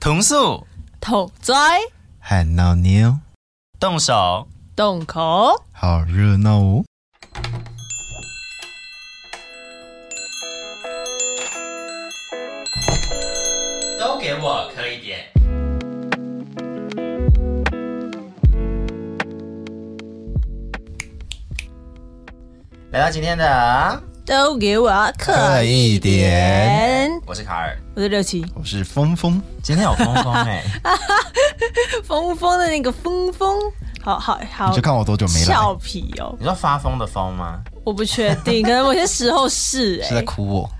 同宿桶嘴、很闹牛，动手，洞口。好热闹哦！都给我磕一点。来到今天的，都给我刻意点。我是卡尔，我是六七，我是峰峰，今天有峰峰 哎、风风的那个风风，好好好，你就看我多久没来，俏皮哦，你说发疯的疯吗？我不确定，可能某些时候是哎、是在哭我。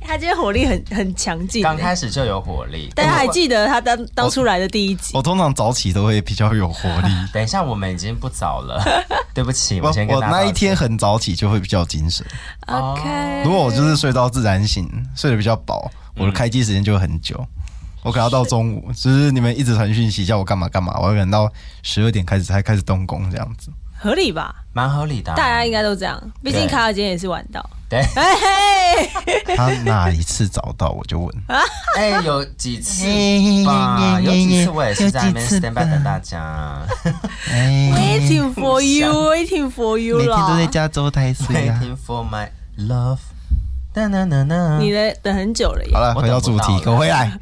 他今天火力很很强劲、刚哎开始就有火力，大家还记得他当当初来的第一集，我通常早起都会比较有活 力，等一下，我们已经不早 了，对不起，我我先跟我大家那一道歉嗯天很早起就会比较有精神。 OK，哦如果我就是睡到自然醒，睡得比较饱，嗯我的开机时间就会很久。我可能要到中午，就是你们一直传讯息叫我干嘛干嘛，我可能到十二点开始才开始动工这样子。合理吧？蛮合理的啊、大家应该都这样，毕竟对卡尔今天也是晚到。 对，哎嘿，他哪一次找到我 就问，哎、有几次吧，有几次我也是在那边 stand by 等大家，哎， Waiting for you, waiting for you 啦。加州太岁 waiting for my love，哒哒哒哒。你的等很久了耶好。了，我回到主等题，不给到了我回来。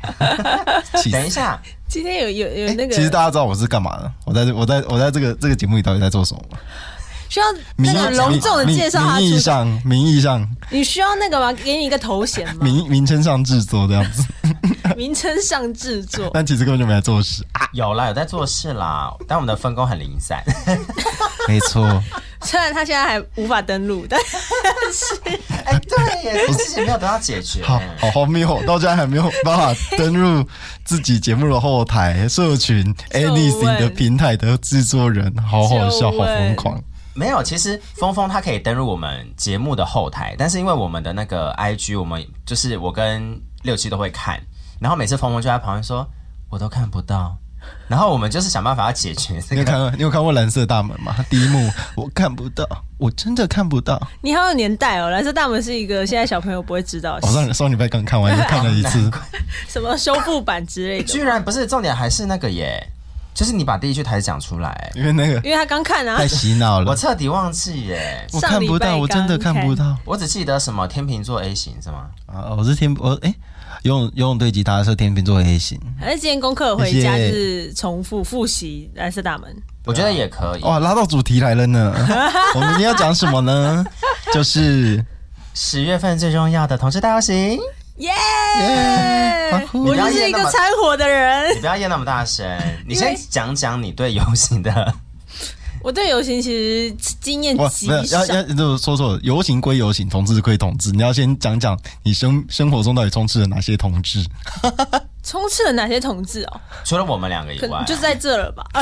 气死等一下，今天有有有那欸个，其实大家知道我是干嘛的？我在这我在我在这个这个节目里到底在做什么吗？需要名那个义隆重的介绍他名义出，上名义上你需要那个吗？给你一个头衔吗？名名称上制作这样子，名称上制作。但其实根本就没来做事。有啦，有在做事啦，但我们的分工很零 散。没错， 虽然他现在还无法登录，但哎、对 耶，这事情没有得到解决。好好荒谬哦，到现在还没有办法登入自己节目的后台、社群、问 anything 的平台的制作人，好好就笑，好问疯狂。没有，其实峰峰他可以登入我们节目的后台，但是因为我们的那个 IG，我们就是我跟六七都会看，然后每次峰峰就在旁边说，我都看不到，然后我们就是想办法要解决这你有个。看你有看过《蓝色大门》吗？第一幕我看不到，我真的看不到。 你好有年代哦。蓝色大门是一个现在小朋友不会知道的我 上上礼拜刚看完，又看了一 次。什么修复版之类的，居然不是重点，还是那个耶，就是你把第一句台词讲出来，因为那个 因为他刚看啊太，洗脑了我，彻底忘记耶，我看不到，上礼拜我真的刚看不到我只记得什么天秤座 A 型是吗？啊！我是天我哎、游泳游泳对吉他是天秤座 A 型，而且今天功课回家就谢谢是重复复习蓝色大门。我觉得也可以。哇，拉到主题来了 呢。我们今天要讲什么呢？就是十月份最重要的同志大游行，耶！欢呼我就是一个掺和的人。哎你不要念那么大声， 你因为先讲讲你对游行 的。我对游行其实经验我极没有少要，要就是说错了，游行归游行，同志归同志，你要先讲讲你生生活中到底充斥了哪些同 志。充斥了哪些同志哦？除了我们两个以可啊外，啊就在这了吧？哎、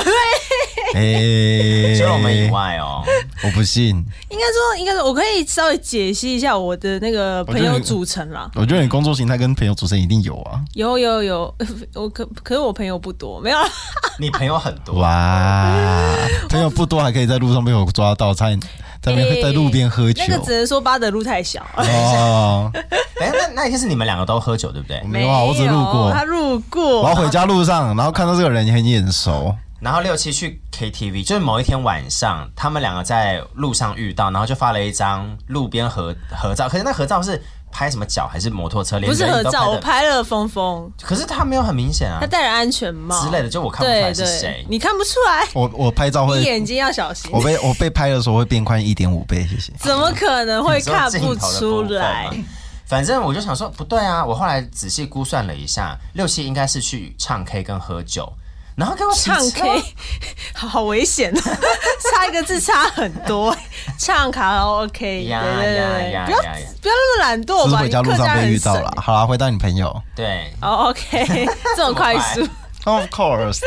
除了我们啊以外哦， 我不信，应该说，应该说，我可以稍微解析一下我的那个朋友组成啦。我觉得你工作形态跟朋友组成一定有啊。有有有， 我可可是我朋友不多，没有啊啦。你朋友很多，哇，朋友不多，还可以在路上被我抓到，差点在那边在路边喝酒 那。个只能说八德路太小， 哦，等一哎下那那一天是你们两个都喝酒对不对？没有啊，我只路过。他路我过，要回家路上，然后看到这个人也很眼熟，然后六七去 KTV，就是某一天晚上，他们两个在路上遇到，然后就发了一张路边合合照，可是那合照是拍什么脚还是摩托车？连不是人合都照，我得，拍了峰峰，可是他没有很明显啊他戴了安全帽之类的，就我看不出对来是对谁，。你看不出来，我我拍照你会，眼睛要小心我，被我被拍的时候会变宽一点五倍，谢谢。 怎么可能会你说看镜不头的出部分来吗？反正我就想说，不对啊！我后来仔细估算了一下，六七应该是去唱 K 跟喝酒，然后给我骑唱车 K 好好危险 哦，差一个字差很多。 唱卡拉 OK，对呀对对呀对呀不要呀呀不要那么懒就惰是吧，回你家路客上家被遇很到省了。。好啦，回到你朋友对，哦、o k 这么快速。 ，Of course，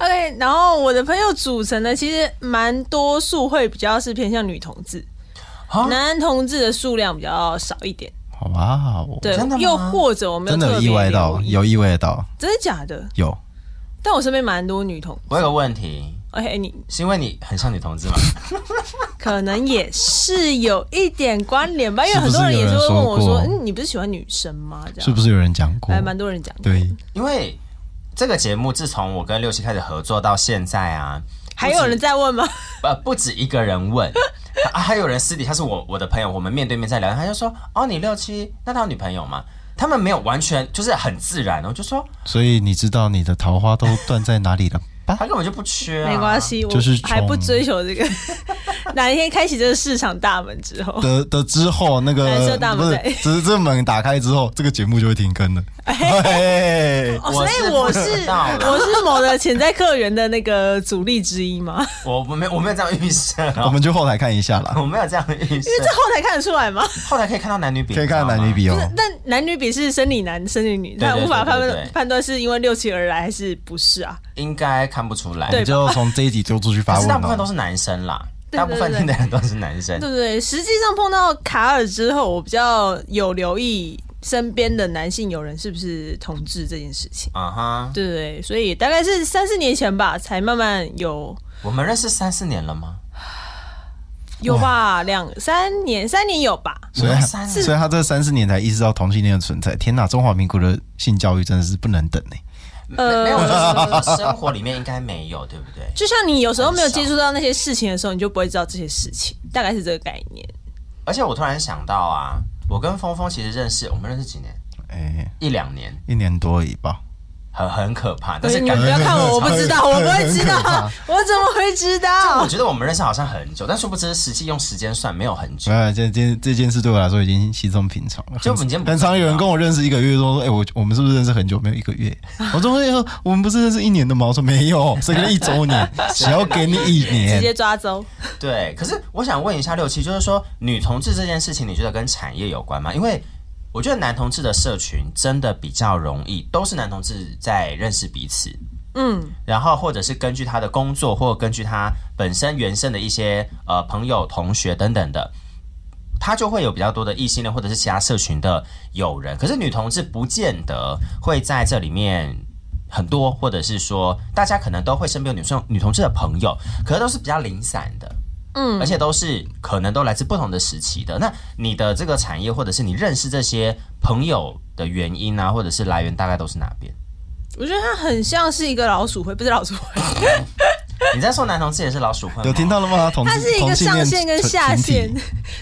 OK，然后我的朋友组成的其实蛮多数会比较是偏向女同志啊，男同志的数量比较少一点。哇哦，对真的，吗又或者我没有真的特有别意外到，留意有意外到，真的假的？有但我身边蛮多女同，我有个问题，而且你是因为你很像女同 志吗？可能也是有一点关联吧，因为是不很是多人也是会问我有说：“人说过嗯，你不是喜欢女生吗？”这样是不是有人讲过啊还？蛮多人讲，，对，因为这个节目自从我跟六七开始合作到现在啊，还有人在问吗？呃不止一个人问， 啊、还有人私底下是我我的朋友，我们面对面在聊，他就说哦你六七，那他有女朋友吗？他们没有完全就是很自然哦，我就说所以你知道你的桃花都断在哪里了吧？他根本就不缺、啊，没关。系，我就是还不从追求 这个。哪一天开启这个市场大门之后，得得之后那蓝色个大门不是对，哎只是这门打开之后，这个节目就会停更了。嘿哦，所以我我是是不知道啦我是某的潜在客源的那个主力之一吗？ 我我没有我没有这样预设我哦，们去后台看一下啦， 我没有这样预设因为。这后台看得出来吗？后来可以看到男女比，可以看你知道吗男女。比哦。但男女比是生理男、生理女，对对但无法判对对断对判断是因为六七而来还是不是啊？应该看不出来。对你就从这一集丢出去发可是问大部分都哦。是男生啦，对对大对部分听的人都是男生。对不对？实际上碰到卡尔之后，我比较有留意身边的男性友人是不是同志这件事情。啊哈，对对对，所以大概是三四年前吧，才慢慢有我们认识三四年了吗？有吧，两三年三年有吧。所以我他，们三所以他这三四年才意识到同性恋的存在。天哪，中华民国的性教育真的是不能等哎、没呃没有，就是说生活里面应该没有，对不对？就像你有时候没有接触到那些事情的时候，你就不会知道这些事情，大概是这个概念。而且我突然想到啊，我跟峰峰其实认识，我们认识几年？哎、一两年，一年多而已吧。很很可怕。但对，是你感们不觉，要看我，我不知道，我不会 知道，我怎么会知道我？觉得我们认识好像很久，但殊不知实际用时间算没有很久没。有，哎这件这件事对我来说已经稀松平常了。就很已经不很常有人跟我认识一个月，说：“哎、我我们是不是认识很久？没有一个 月。”我说：“哎呦我们不是认识一年的吗？”我说：“没有，这个一 周年，谁要给你一直年接抓周。对，可是我想问一下六七，就是说女同志这件事情，你觉得跟产业有关吗？因为我觉得男同志的社群真的比较容易，都是男同志在认识彼此，嗯，然后或者是根据他的工作，或根据他本身原生的一些呃朋友、同学等等的，他就会有比较多的异性恋或者是其他社群的友人。可是女同志不见得会在这里面。很多，或者是说，大家可能都会身边有女生女同志的朋友，可是都是比较零散的，嗯，而且都是可能都来自不同的时期的。那你的这个产业，或者是你认识这些朋友的原因啊，或者是来源，大概都是哪边？我觉得它很像是一个老鼠会，不是老鼠会，你在说男同志也是老鼠会？吗？”？”有听到了吗？同它是一个同性上恋线跟群下群体线，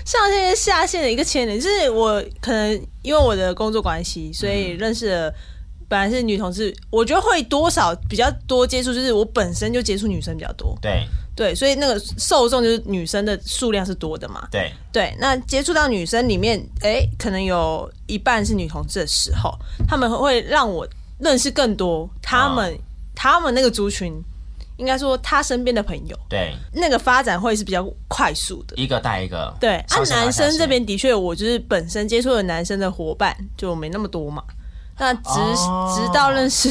上线跟下线的一个牵连。就是我可能因为我的工作关系，所以嗯认识了。本来是女同志，我觉得会多少比较多接触，就是我本身就接触女生比较多，对对，所以那个受众就是女生的数量是多的嘛，对，对，那接触到女生里面，诶，可能有一半是女同志的时候，他们会让我认识更多他们、哦他们那个族群，应该说他身边的朋友，对，那个发展会是比较快速的。一个带一个。对，啊上，线男拉下生线这边的确，我就是本身接触的男生的伙伴就没那么多嘛。那直、哦直到认识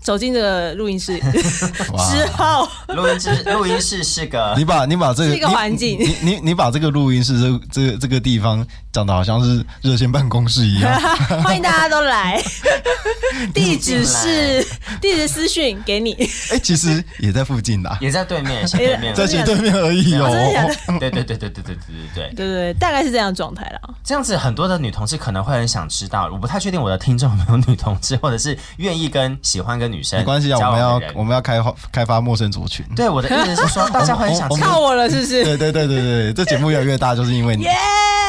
走进这个录 音室哇之后，录音室，录音室是个你把你把这个是一个你环境你你你把这个录音室这这这个地方讲的好像是热线办公室 一样，啊欢迎大家都来。地址是地址私讯给你，哎、其实也在附近啦，也在对面，斜对面。在这斜对面而已哦、真的假的对对对对对对对对对，对对对，大概是这样的状态啦。这样子很多的女同志可能会很想知道，我不太确定我的听众有没有女同志，或者是愿意跟喜欢跟女生没关系啊，交我们往的要人我们要开发开发陌生族群。对我的意思是 说，大家会很想知道，靠我了是不是？对对对对对，这节目越来越大，就是因为你。嗯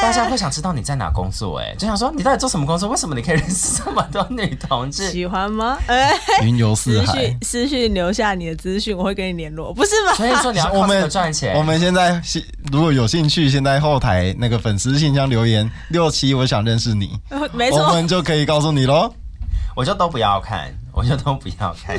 大家会想知道你在哪工作，哎，就想说你到底做什么工作？为什么你可以认识这么多女同志？ 喜欢吗？哎、云游四私海讯。私讯留下你的资讯，我会跟你联络，不是吗？所以说你要我靠这个们赚钱我。们现在如果有兴趣，现在后台那个粉丝信箱留言六七，我想认识你， 没我错，们就可以告诉你喽。我就都不要看，我就都不要看。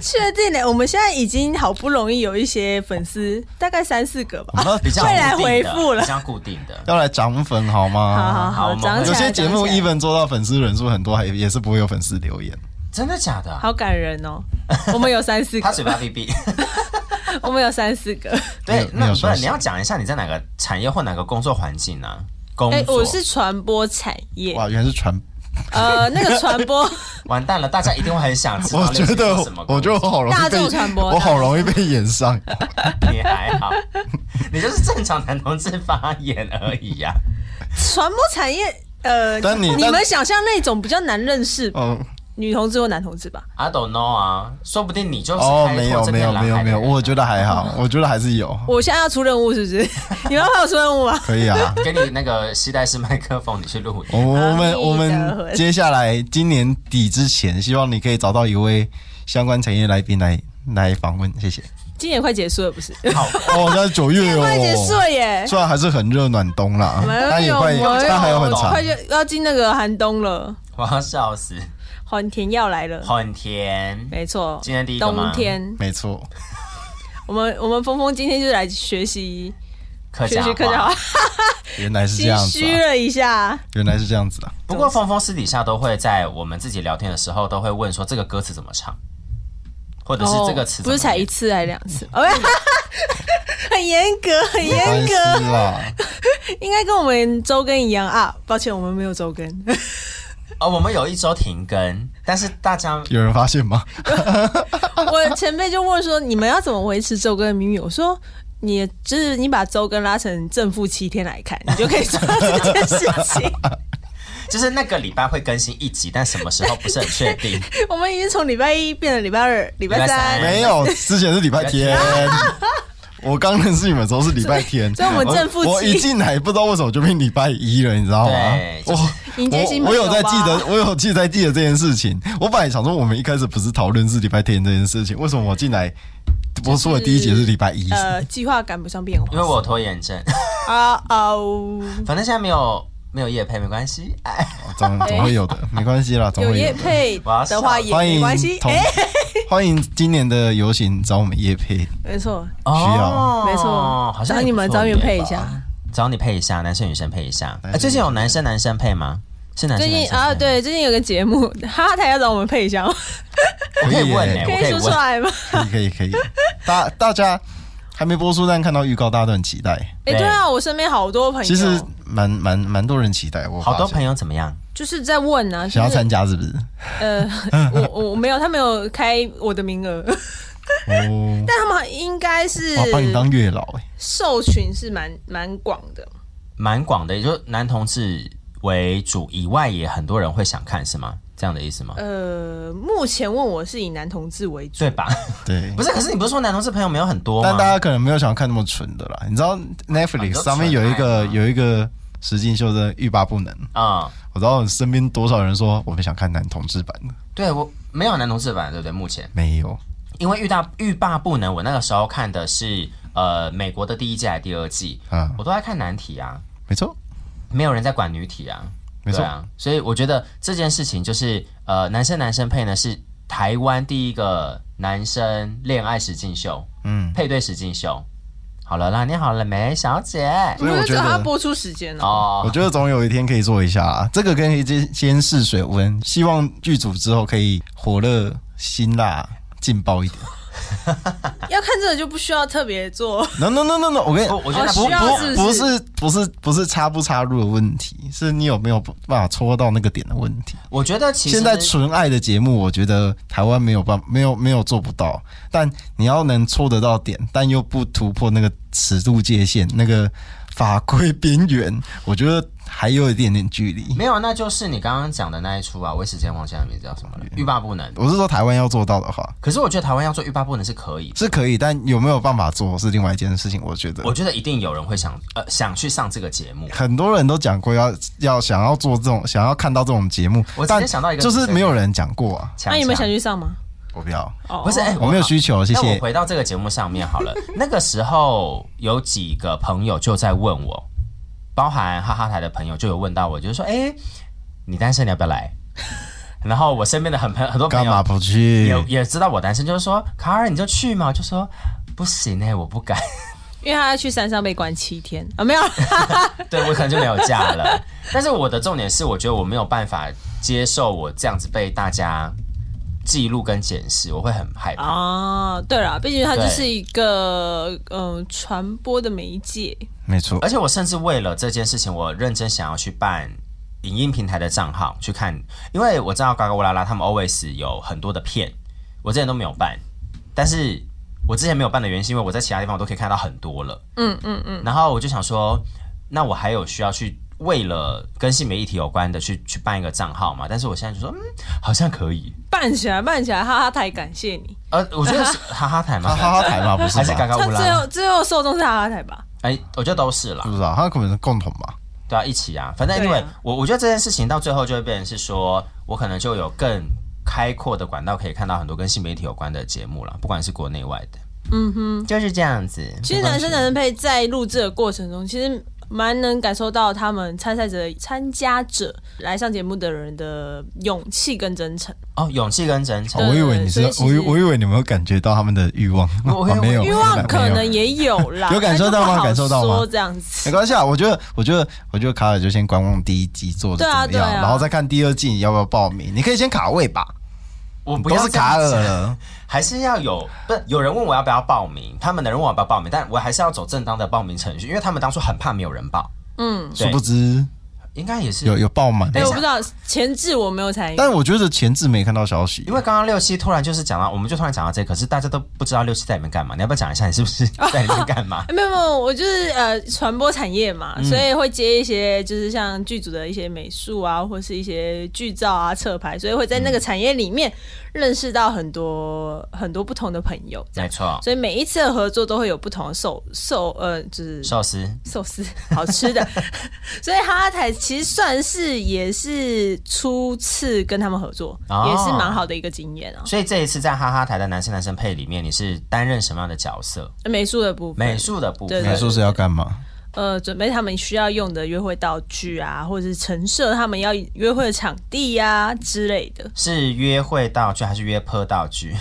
确定欸嘞。我们现在已经好不容易有一些粉丝，大概三四个吧。我们要比较会来固定的回复了比较固定的。要来涨粉啊好 好吗？好好好，我们长起有来。些节长目起来 even 做到粉丝人数很多，还也是不会有粉丝留言。真的假的啊？好感人 哦。我们有三四他个，嘴巴闭 闭。我们有三四个。没对有，没那有不说是是你要讲一下你在哪个产业或哪个工作环境呢、工哎、作，我是传播产业，哇，原来是传呃，那个传播 完蛋了，大家一定会很 想知道我觉六七得是什么，工我觉作得我好容易大被众传播我好容易被演上。你还好，你就是正常男同志发言而已啊呀、传播产业，呃，但你但们想象那种比较难认识嗯，女同志或男同志吧？ I don't know 啊，说不定你就是哦，开拓没有这没片有蓝没有海的没有，人我觉得还好，我觉得还是有，我现在要出任务是不是？ 你们要帮我出任务吗？可以啊。给你那个吸带式麦克风，你去录音。我我们好我你的们魂接下来今年底之前，希望你可以找到一位相关产业来宾来来访问，谢谢。今年快结束了，不是？好，哦，那九月 哦，快结束了耶！虽然还是很热暖冬啦，但也快，我但还有很长快。就要进那个寒冬了，我要笑死，黄甜要来了。很甜。没错，今天第一个吗冬天，没错，我们我们峰峰今天就来学习客学家习客家话。话，原来是这心样子、虚啊，了一下。原来是这样子啊。不过峰峰私底下都会在我们自己聊天的时候，都会问说这个歌词怎么唱，或者是这个词怎哦不么是才一念次还是两次？ 哦，很严格，很没关严系格，啦，应该跟我们周更一样啊。抱歉，我们没有周更， 哦，我们有一周停更，但是大家有人发现吗？我前辈就问说你们要怎么维持周更的秘密？我说。你就是你把周更拉成正负七天来看，你就可以做到这件事 情。就是那个礼拜会更新一集，但什么时候不是很确定。我们已经从礼拜一变成礼拜二、礼礼拜拜三三，没有，之前是礼拜 天。我刚认识你们的时候是礼拜天，所以所以我们正负我我七一进来不知道为什么就变礼拜一了，你知道吗对？我就是迎接新我朋我友有在记吧得，我有记在记得这件事情。我本来想说我们一开始不是讨论是礼拜天这件事情，为什么我进来我说的第一节是礼拜一？呃，计划赶不上变化因为我有拖延症， 啊哦，反正现在没有没有夜配，没关系。哎，总总会有的，没关系啦，总哎有会业的。配的话也欢没迎关系，同哎，欢迎今年的游行找我们叶配，没错，哦，没错好像找也你不们错找你们耶配一下。找你配一下，男生女生配一下。男生哎，最近有男生男生配吗？是男生最男近生啊，配吗，对，最近有个节目， 哈哈台要找我们配一下吗？我可以问可以哎，耶我可以说出问。来吗？可以可以可以。大大家还没播出，但看到预告，大家都很期待。哎，对啊，我身边好多朋友，其实蛮蛮蛮多人期待，我好多发现朋友怎么样？就是在问啊，想就要是参加是不是？呃，我我我没有，他没有开我的名额， 哦，但他们应该是哇，哦把你当月老哎、受群是蛮蛮广的，蛮广的，也就是男同志为主以外，也很多人会想看，是吗？这样的意思吗？呃，目前问我是以男同志为主，对吧？对呃不。是，可是你不是说男同志朋友没有很多但大吗？家可能没有想要看那么蠢的啦，你知道你说 Netflix 上面有一纯爱个吗有一个实境秀的欲罢不能，嗯，我知道身边多少人说我们想看男同志版的，对我没有男同志版，对不对？目前没有，因为欲大欲罢不能，我那个时候看的是呃美国的第一季还是第二季，啊我都在看男体啊。没错，没有人在管女体啊，没错对啊，所以我觉得这件事情就是呃，男生男生配呢是台湾第一个男生恋爱实境秀，嗯，配对实境秀。好了啦，你好了没，小 姐？所以我就觉只有他得。播出时间了、哦我，觉得总有一天可以做一下啦，这个可以先先试水温，希望剧组之后可以火热、辛辣、劲爆一点。要看这个就不需要特别做 No No No No No，我跟你不我觉得哦不需要不是不是不是不是插不插入的问题，是你有没有办法戳到那个点的问题。我觉得其实现在纯爱的节目，我觉得台湾没有办没有没有做不到，但你要能戳得到点，但又不突破那个尺度界限、那个法规边缘，我觉得还有一点点距离。没有，那就是你刚刚讲的那一出啊，我一时间忘记他名字叫什么了，嗯欲罢不能。我是说台湾要做到的话可是我觉得台湾要做欲罢不能是可以的，是可以，但有没有办法做是另外一件事情。我觉得我觉得一定有人会想呃想去上这个节目，很多人都讲过要要想要做这种想要看到这种节目我，直接但想到一个就是女生没有人讲过啊。强那、你们强想去上吗？我不要，哦，不是，哎、我没有需求，谢那我谢。回到这个节目上面好了。 那个时候有几个朋友就在问我，包含哈哈台的朋友就有问到我，就是说，哎、你单身你要不要来？ 然后我身边的很朋很多朋干嘛友不去也？也知道我单身，就是说卡尔你就去嘛，我就说不行哎、我不敢， 因为他要去山上被关七天啊， 没有，对我可能就没有嫁了。 但是我的重点是，我觉得我没有办法接受我这样子被大家记录跟检视，我会很害怕。啊，对了，毕竟它就对是一个嗯传播的媒介，没错，而且我甚至为了这件事情，我认真想要去办一影音平台的账号去看，因为我知道嘎嘎乌拉拉他们 always 有很多的片，我之前都没有办，但是我之前没有办的原因是因为我在其他地方我都可以看到很多了，嗯嗯嗯，然后我就想说，那我还有需要去为了跟性别议题有关的去去办一个账号嘛？但是我现在就说，嗯，好像可以。办起来，办起来，哈哈台，感谢你。呃，我觉得 是哈哈台嘛，他哈哈台吧，不是还是嘎吧？嘎他乌最拉？后最后受众是哈哈台吧？哎、我觉得都是啦是，不是啊？他可能是共同吧。对啊，一起啊。反正因对为啊我我觉得这件事情到最后就会变成是说，我可能就有更开阔的管道可以看到很多跟性别议题有关的节目了，不管是国内外的。嗯哼，就是这样子。其实没关男系生男生配在录制的过程中，其实蛮能感受到他们参赛者、参加者来上节目的人的勇气跟真诚。哦，勇气跟真诚对我以为你是所以，其我以实我以为你们有感觉到他们的欲望，我我啊没有欲望可没能有也哦有啦，有感受到但就吗不好感受到吗说这样子没，关系啊。我觉得，我觉得，我觉得卡尔就先观望第一季做的对怎啊么样，对啊然后再看第二季你要不要报名。你可以先卡位吧，我不都要是这样卡尔子了。还是要有，不是有人问我要不要报名，他们的人问我要不要报名，但我还是要走正当的报名程序，因为他们当初很怕没有人报，嗯，对殊不知应该也是有有爆满，哎，等一我下不知道前置我没有参与，但我觉得前置没看到消息因，为刚刚六七突然就是讲到，我们就突然讲到这个可是大家都不知道六七在里面干嘛，你要不要讲一下你是不是在里面干 嘛？哎没有没有，我就是呃传播产业嘛，嗯所以会接一些就是像剧组的一些美术啊，或是一些剧照啊、侧拍，所以会在嗯那个产业里面认识到很多很多不同的朋友，这没样。错，所以每一次的合作都会有不同的受受呃，就是寿司寿司好 吃的， 所以哈哈台其实算是也是初次跟他们合作，哦也是蛮好的一个经验啊。所以这一次在哈哈台的男生男生配里面，你是担任什么样的角色？美术的部分，美术的部对分，美术是要干嘛？呃，准备他们需要用的约会道具啊，或者是陈设他们要约会的场地呀、之类的，是约会道具还是约泼道具？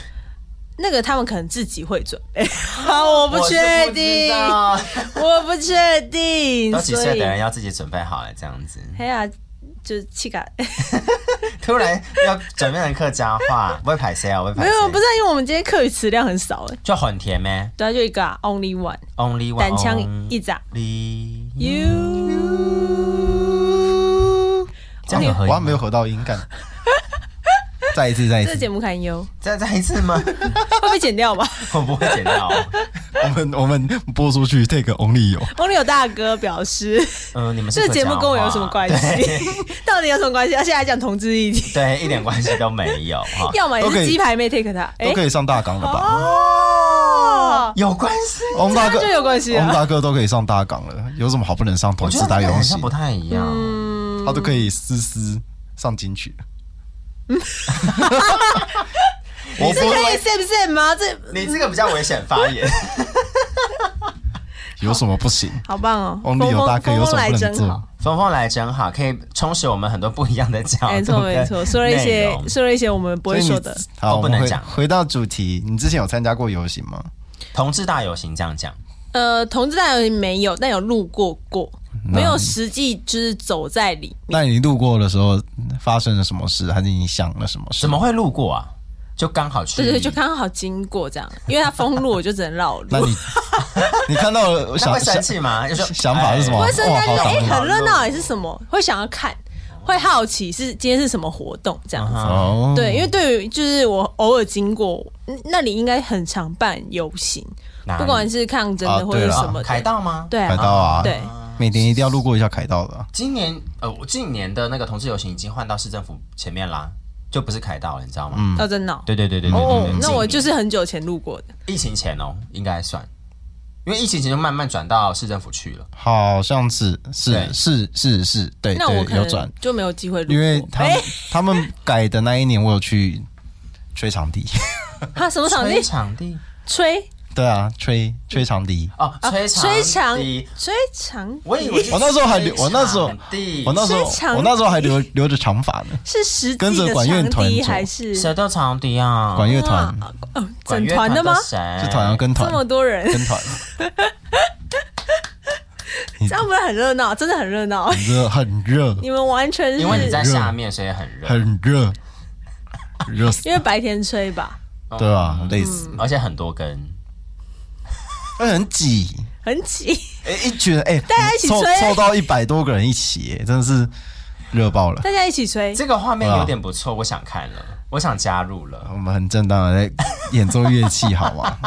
那个他们可能自己会准 备。好，我不确定，我 是不知我不确定，道都几所岁以的人要自己准备好了，这样子。嘿呀、就是气感，突然要转变成客家话，不会排谁啊？我会排没谁？有，不是因为我们今天课语词量很少哎，就很甜咩对啊，就一个、啊、only one， ？Only one，单枪哦一砸 only you，这样有合我音还吗没有合到音干。 再一次，再一这节次，目堪忧，再再一次吗？ 会被剪掉吧 我不会剪掉。我们我们播出去 take only 有， ？only 有大哥表示。嗯，你们是这个节目跟我有什么关系客家话？ 到底有什么关系？而啊且还讲同志议 题，对，对一点关系都没有 哈。要么也是鸡排妹 take 他，都哎，可以上大纲了吧？哦，有关系。翁大哥这样就有关系啊了翁大哥都可以上大纲了，有什么好不能上同我志觉得大那个游好戏像？不太一样。嗯他都可以丝丝上金曲。我这不可以 sam sam 吗？这你这个比较危险发言，有什么不行？好棒哦！翁立友大哥有什风么来不能真做好。？ 峰峰来真好，可以充实我们很多不一样的啊角度。没错没错，说了一些说了一些我们不所会以你说的，好，哦我不们能回讲回到主题，你之前有参加过游行吗？同志大游行这样讲。呃，同志大游行没有，但有路过过，嗯没有实际就是走在里面。那你路过的时候发生了什么事，还是你想了什么事？怎么会路过啊？就刚好去，对对，对就刚好经过这样，因为它封路，我就只能绕路 那。你你看到了我那想会生想气吗？就说想法是什么哎会生哇单哦好就感哎，动很热闹也是什么，会想要看，会好奇是今天是什么活动这样子。哦，对，因为对于就是我偶尔经过嗯那里，应该很常办游行，哪里不管是抗争的啊或者对啦什么啊的凯道吗？对凯啊，道啊，对，每年一定要路过一下凯道的啊。今年呃，我近年的那个同志游行已经换到市政府前面啦，就不是凯道了，你知道吗？嗯哦，真的哦。对对对对对对哦对。，那我就近是很久前路过的，年疫情前哦，应该算，因为疫情前就慢慢转到市政府去了。好像是对是是是是，对那我可对，有转能，哎就没有机会路过，因为他们、 他们改的那一年，我有去吹场地。他啊什么场吹地场地吹 对啊，吹吹场地。哦，啊吹吹场场地。吹场我以为是我那时候还留吹我那时候场地我那时候吹长笛我那时候还留留着长发呢，是实际跟着的管乐场团地走还是谁都场地啊，管乐团哇哦管整乐团团的吗？谁？是团啊，跟这团么多人，跟团，这样不是很热闹？真的很热闹，很热很热你们完全是因为你在下面，所以很热，很热，热死，因为白天吹吧，对吧？累嗯死，而且很多根。会很挤。很挤。哎，一群人哎，大家一起凑吹凑到一百多个人一起，哎真的是热爆了。大家一起吹，这个画面有点不错，我想看了，我想加入了。我们很正当的在演奏乐器，好吗？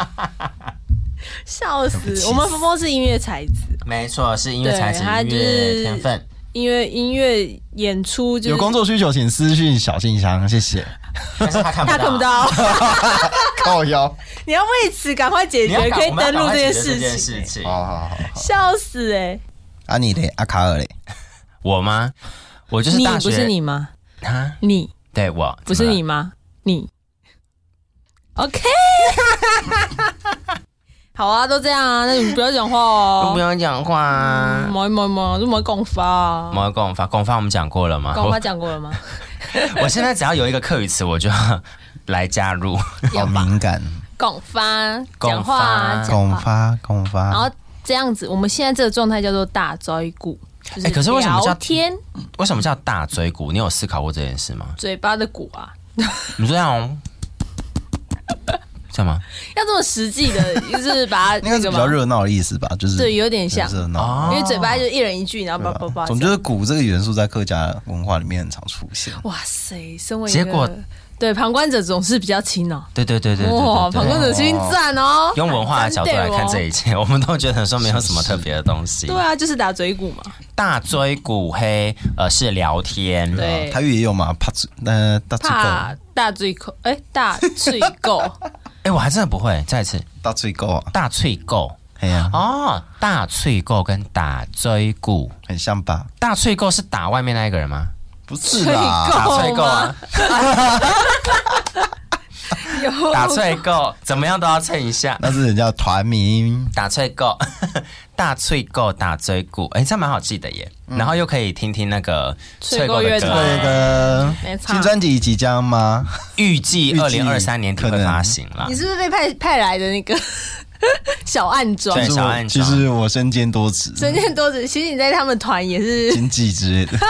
笑对不死！起我们峰峰是音乐才子，没错，是音乐才对他子，就音是乐天分。音乐音乐演出 就是有工作需求请私讯小信箱，谢谢。但是他看不他到，看不。到， 靠腰，你要为此赶快解你要决，赶可以我们要登赶录快这件解决事件情事欸。情。好好好好。笑死哎、啊你嘞，阿卡尔嘞，我吗？我就是你大学不是你吗？啊，你对我不是你，吗？你 OK，好啊，都这样啊，那你们不要讲话怎么了都不哦。用讲话啊。没没没，就没共发啊。毛共发共发我们讲过了吗？共发讲过 了吗？我我现在只要有一个课语词，我就要来加入。 好敏感，共发共讲话发啊，讲拱话。发拱然发，后这样子，我们现在这个状态叫做大追顾，就哎可是为什么叫聊天为什么叫大嘴骨？你有思考过这件事吗？嘴巴的鼓啊？你这样哦，这样吗？要这么实际 的，就是把它那个是个比吗？较热闹的意思吧？就是对，有点像比，较热闹。哦因为嘴巴就一人一句，然后叭叭叭。总之，鼓这个元素在客家文化里面很常出现。哇塞，身为一结个果对旁观者总是比较勤劳。对对对对对哇，对旁对观者心赞哦！用文化的角度来看这一，一切，我们都觉得说没有什么特别的东西。对啊，哦就是打嘴鼓嘛。大追骨黑，呃，是聊天。对台语也有嘛，怕嘴呃大嘴怕狗，大嘴口， 哎，大嘴 够，哎，我还真的不会。再一次，大嘴狗啊，大脆够哎呀，哦，大脆够跟打追骨，很像吧？大脆够是打外面那一个人吗？不是哦啦，打脆够啊，有打脆够，怎么样都要蹭一下。那是人家团名。打脆够， 大脆够，打追骨，哎，这样蛮好记的耶。然后又可以听听那个脆够的乐歌团这个没错新专辑即将吗？预计预计二零二三年底可会能发行啦你。是不是被派派来的那个 小暗装对？其实小我暗其装实我身兼多职，神剑多子，其实你在他们团也是经济之类的。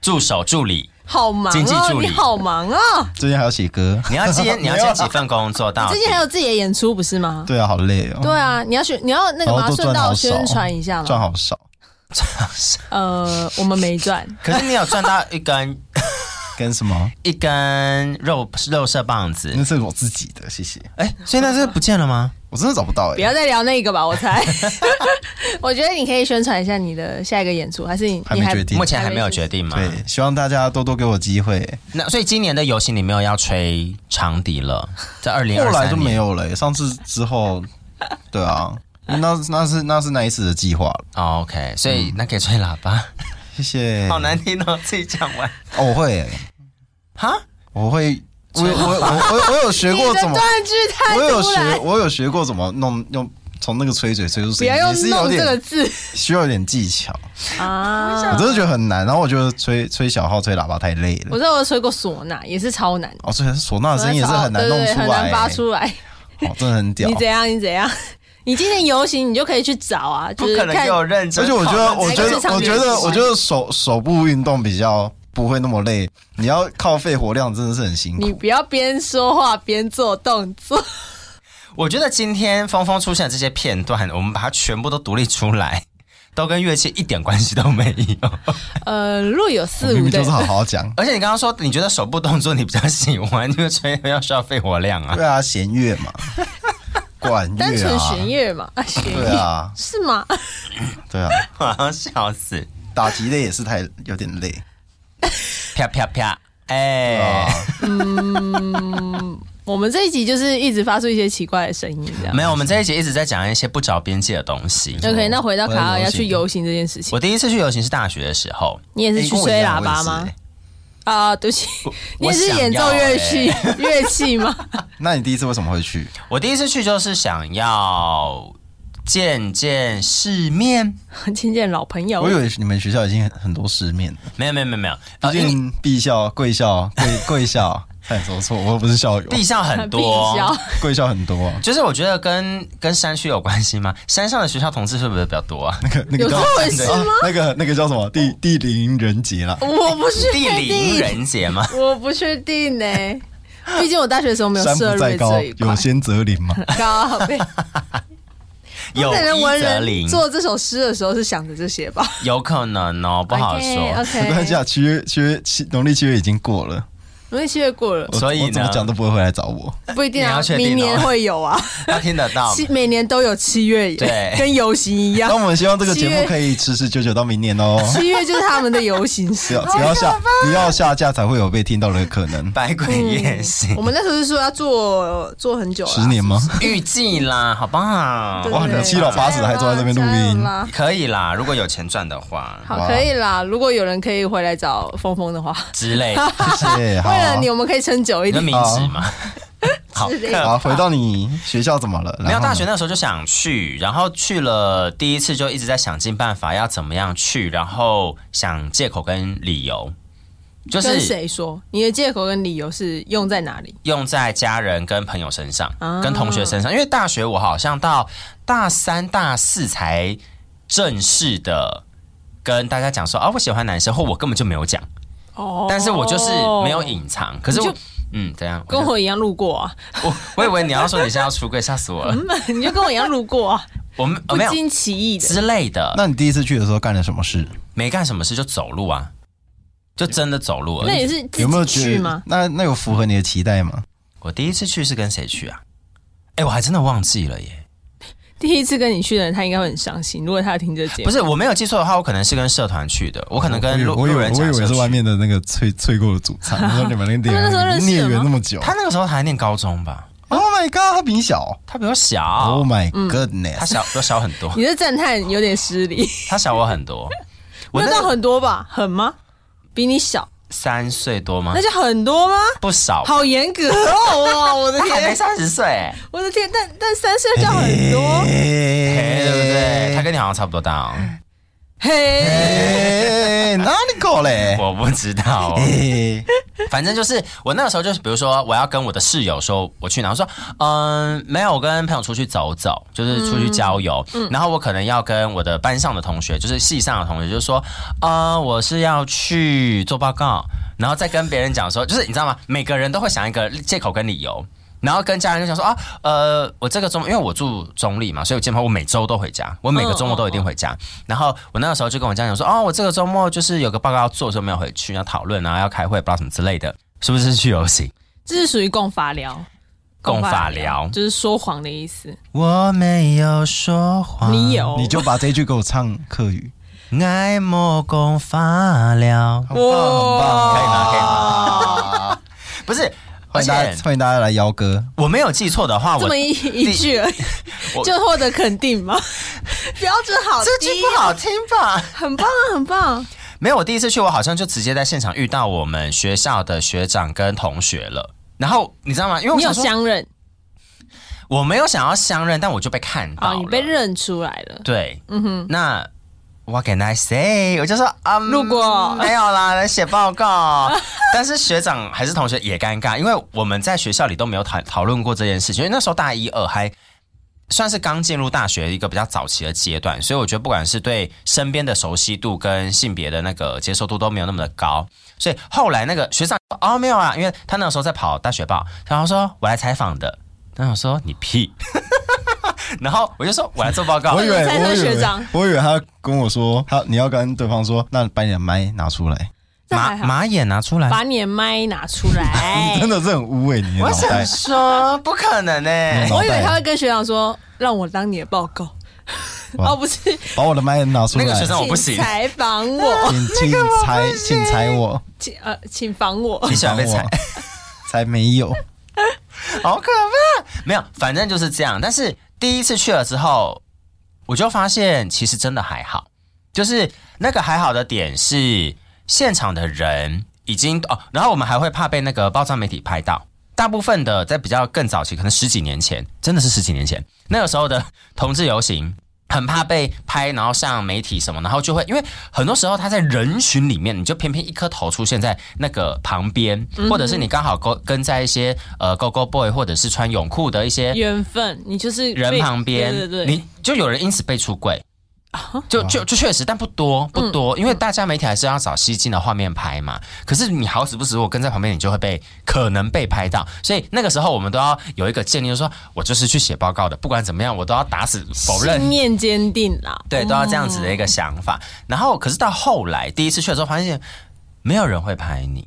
助手助理，好忙经济哦，助理你好忙哦，最近还要写歌，你要接你要没接有啦几份工作到你底？最近还有自己的演出不是吗？对啊，好累哦。对啊，你要宣，你要那个然嘛，哦后都顺赚道好少，宣传一下嘛赚。好少，呃，我们没赚，可是你有赚到一根跟什么？一根肉肉色棒子那，是我自己的，谢谢。哎、所以那是不见了吗？我真的找不到不哎，要再聊那个吧，我猜。 我觉得你可以宣传一下你的下一个演出，还是你还你没决 定目前还没有决定嘛。欸对，希望大家多多给我机会。那所以今年的游行你没有要吹长笛了，在二零后二来三就年没有了耶，欸上次之后，对啊，那那是那是那一次的计划了。哦，OK，所以那可以吹喇叭，谢谢。好难听哦，自己讲完哦，我会耶，哈。我会，我有我我我我有学你过的怎么，断句太我有突学然，我有学过怎么弄用。从那个吹嘴吹出不声音，要也用“是有弄”这个点字需要一点技巧，我啊。真的觉得很难。然后我觉得吹吹小号、吹喇叭太累我了。知道我吹过唢呐，也是超难，哦，所以唢呐的声音也是很难弄对对出对很来难发耶，出来。哦，真的很屌你。怎样？你怎样？你今年游行，你就可以去找啊，不就是可能看给我认真 而且我讨觉论这个，得，我觉哪个得是，常我见觉的得，习我惯觉得手手部运动比较不会那么累，你要靠肺活量真的是很辛你苦。不要边说话边做动作，我觉得今天峰峰出现的这些片段，我们把它全部都独立出来， 都跟乐器一点关系都没有。。呃，若有我似明无明的就是好好讲而且你刚刚说你觉得手部动作你比较喜欢，因为吹要需要肺活量啊。对啊，弦乐嘛，管 单乐纯啊，弦乐嘛，啊，弦对乐、啊，是吗？ 对啊， 我要笑死！打击类也是太有点累。啊啪啪啪！哎、我们这一集就是一直发出一些奇怪的声音，这样。没有，我们这一集一直在讲一些不着边际的东西。 OK，那回到卡我尔也要游行去游行这件事情，我第一次去游行是大学的时候，你也是去哎诶跟我一吹样喇叭吗我也是？哎啊，对不起，你也是我想要演奏乐器乐器吗？ 那你第一次为什么会去？我第一次去就是想要见见世面，亲见老朋友我以，为你们学校已经很很多失面了，没有没有没有没有，毕啊呃，因为竟毕校、贵校、贵 贵校，差点说错，我又不是校 友，啊地上很必多哦须，要贵校很多啊。就是我觉得跟跟山区有关系吗？山上的学校同志是不是比较多 啊？那个那有个这叫回事啊吗？哦那个那个叫什么地地灵人杰啦，我不确地灵定，人杰吗？我不确定呢、毕竟我大学的时候没有山涉 不在猎高这一，块有。仙则灵嘛。高，对有可能文一则零人，做这首诗的时候是想着这些吧？有可能哦，不好说。 没关 OK，系啊，七月七月七农历七月已经过了，农历七月过了，我所以呢我怎么讲都不会回来找我。不一定你啊要确，定哦明年会有 啊，他听得到，七每年都有七月，对。跟游行一样那，我们希望这个节七目月可以持持久久到明年 哦。七月就是他们的游行只 时要只要啊下只要下架才会有被听到的可能百鬼夜行我，们那时候是说要做做很久了，十年吗？预计啦，好不好嗯对？哇对你七老八十还坐在这边录音加油啦可以啦，如果有钱赚的话好，哇可以啦。如果有人可以回来找峰峰的话，之类 的，谢谢。好为，了你，我们可以撑久一你的点。名字嘛。 好，之类可的好，回到你学校怎么了？没然有后呢大学那时候就想去，然后去了第一次就一直在想尽办法要怎么样去，然后想借口跟理由，就跟是谁说？你的借口跟理由是用在哪里？用在家人跟朋友身上，啊跟同学身上。因为大学我好像到大三、大四才正式的跟大家讲说，哦，我喜欢男生，或我根本就没有讲，哦但是我就是没有隐藏。可是我，嗯，怎样？跟我我一样路过啊， 就我我以为你要说你现在要出柜，吓死我了。你就跟我一样路过啊，我们、嗯不哦、没有经其意的。之类的，那你第一次去的时候干了什么事？没干什么事就走路啊，就真的走路而那已。也是自有没有己觉去得吗？那那有符合你的期待吗？我第一次去是跟谁去啊？哎、我还真的忘记了耶。第一次跟你去的人，他应该会很伤心。如果他听这节目，不是，我没有记错的话，我可能是跟社团去的，我可能跟路我以路为人我甲以为社是区外面的那个脆脆过的主唱，我说你们他那们那时候认点识孽了吗缘那么久。他那个时候还念高中吧？ Oh my god，他比你小。他比我小， Oh my 他 goodness，小比我小很多，你的赞叹有点失礼，他小我很多。 我 那那到很多吧？很吗？比你小，三岁多吗那？就很多吗？不少，好严格 哦！哇，我的他还没天，三十岁，我的天，但但三岁就很多，嘿对对不对？他跟你好像差不多大哦，嘿，哎，哪里搞嘞？我不知道哦。哎，反正就是我那个时候就是，比如说我要跟我的室友说我去哪，我说嗯没有，我跟朋友出去走走，就是出去郊游。然后我可能要跟我的班上的同学，就是系上的同学，就是说呃我是要去做报告，然后再跟别人讲说，就是你知道吗？每个人都会想一个借口跟理由。然后跟家人就想说啊，呃，我这个周末因为我住中立嘛，所以我基本上我每周都回家，我每个周末都一定回家。然后我那个时候就跟我家人说，哦，我这个周末就是有个报告要做，所以没有回去，要讨论啊，要开会，不知道什么之类的，是不是去游行？这是属于共法疗，共法聊就是说谎的意思。我没有说谎，你有，你就把这一句给我唱客语，爱莫共法聊，很棒很棒，可以吗可以吗？ 不是？而欢迎大且家，欢迎大家来邀歌。我没有记错的话，这我么一一句而已， 我就获得肯 定吗？标准好低，哦这句不好听吧？很棒啊，很棒。没有，我第一次去，我好像就直接在现场遇到我们学校的学长跟同学了。然后你知道吗？因为我你有想说，相认我没有想要相认，但我就被看到啊，了。你被认出来了。对，嗯哼。那 What can I say？我就说啊，嗯路过没有啦，来写报告。 但是学长还是同学也尴尬，因为我们在学校里都没有讨讨论过这件事情，因为那时候大一、二还。算是刚进入大学一个比较早期的阶段，所以我觉得不管是对身边的熟悉度跟性别的那个接受度都没有那么的高，所以后来那个学长哦没有啊，因为他那个时候在跑大学报，然后说我来采访的，然后我说你屁， 然后我就说我来做报告，我以为，蔡我特以学为长，我以为他跟我说，他你要跟对方说，那把你的麦拿出来，这马还好，马眼拿出来。把你的麦拿出 来真。的是很污欸秽你的哎我脑袋想。说，不可能呢、欸你的我脑以为他袋会跟学长说，让我当你的报告。哇哦，不是，把我的麦拿出来，那个学生请我不行请采访我， 请采，请采我，请呃，请访我。你喜欢被踩采， 才没有。好可怕！没有，反正就是这样。但是第一次去了之后，我就发现其实真的还好，就是那个还好的点是现场的人已经哦，然后我们还会怕被那个报章媒体拍到。大部分的在比较更早期，可能十几年前，真的是十几年前，那个时候的同志游行很怕被拍，然后上媒体什么，然后就会因为很多时候他在人群里面，你就偏偏一颗头出现在那个旁边，或者是你刚好跟跟在一些呃 go go boy 或者是穿泳裤的一些缘分，你就是被人旁边，对对对，啊你就有人因此被出柜。就就就确实，但不多不嗯多，因为大家媒体还是要找吸睛的画面拍嘛。可是你好死不死，我跟在旁边，你就会被可能被拍到，所以那个时候我们都要有一个建立，就是说我就是去写报告的，不管怎么样，我都要打死否认信念坚定啦。对，都要这样子的一个想法。然后，可是到后来第一次去的时候，发现没有人会拍你。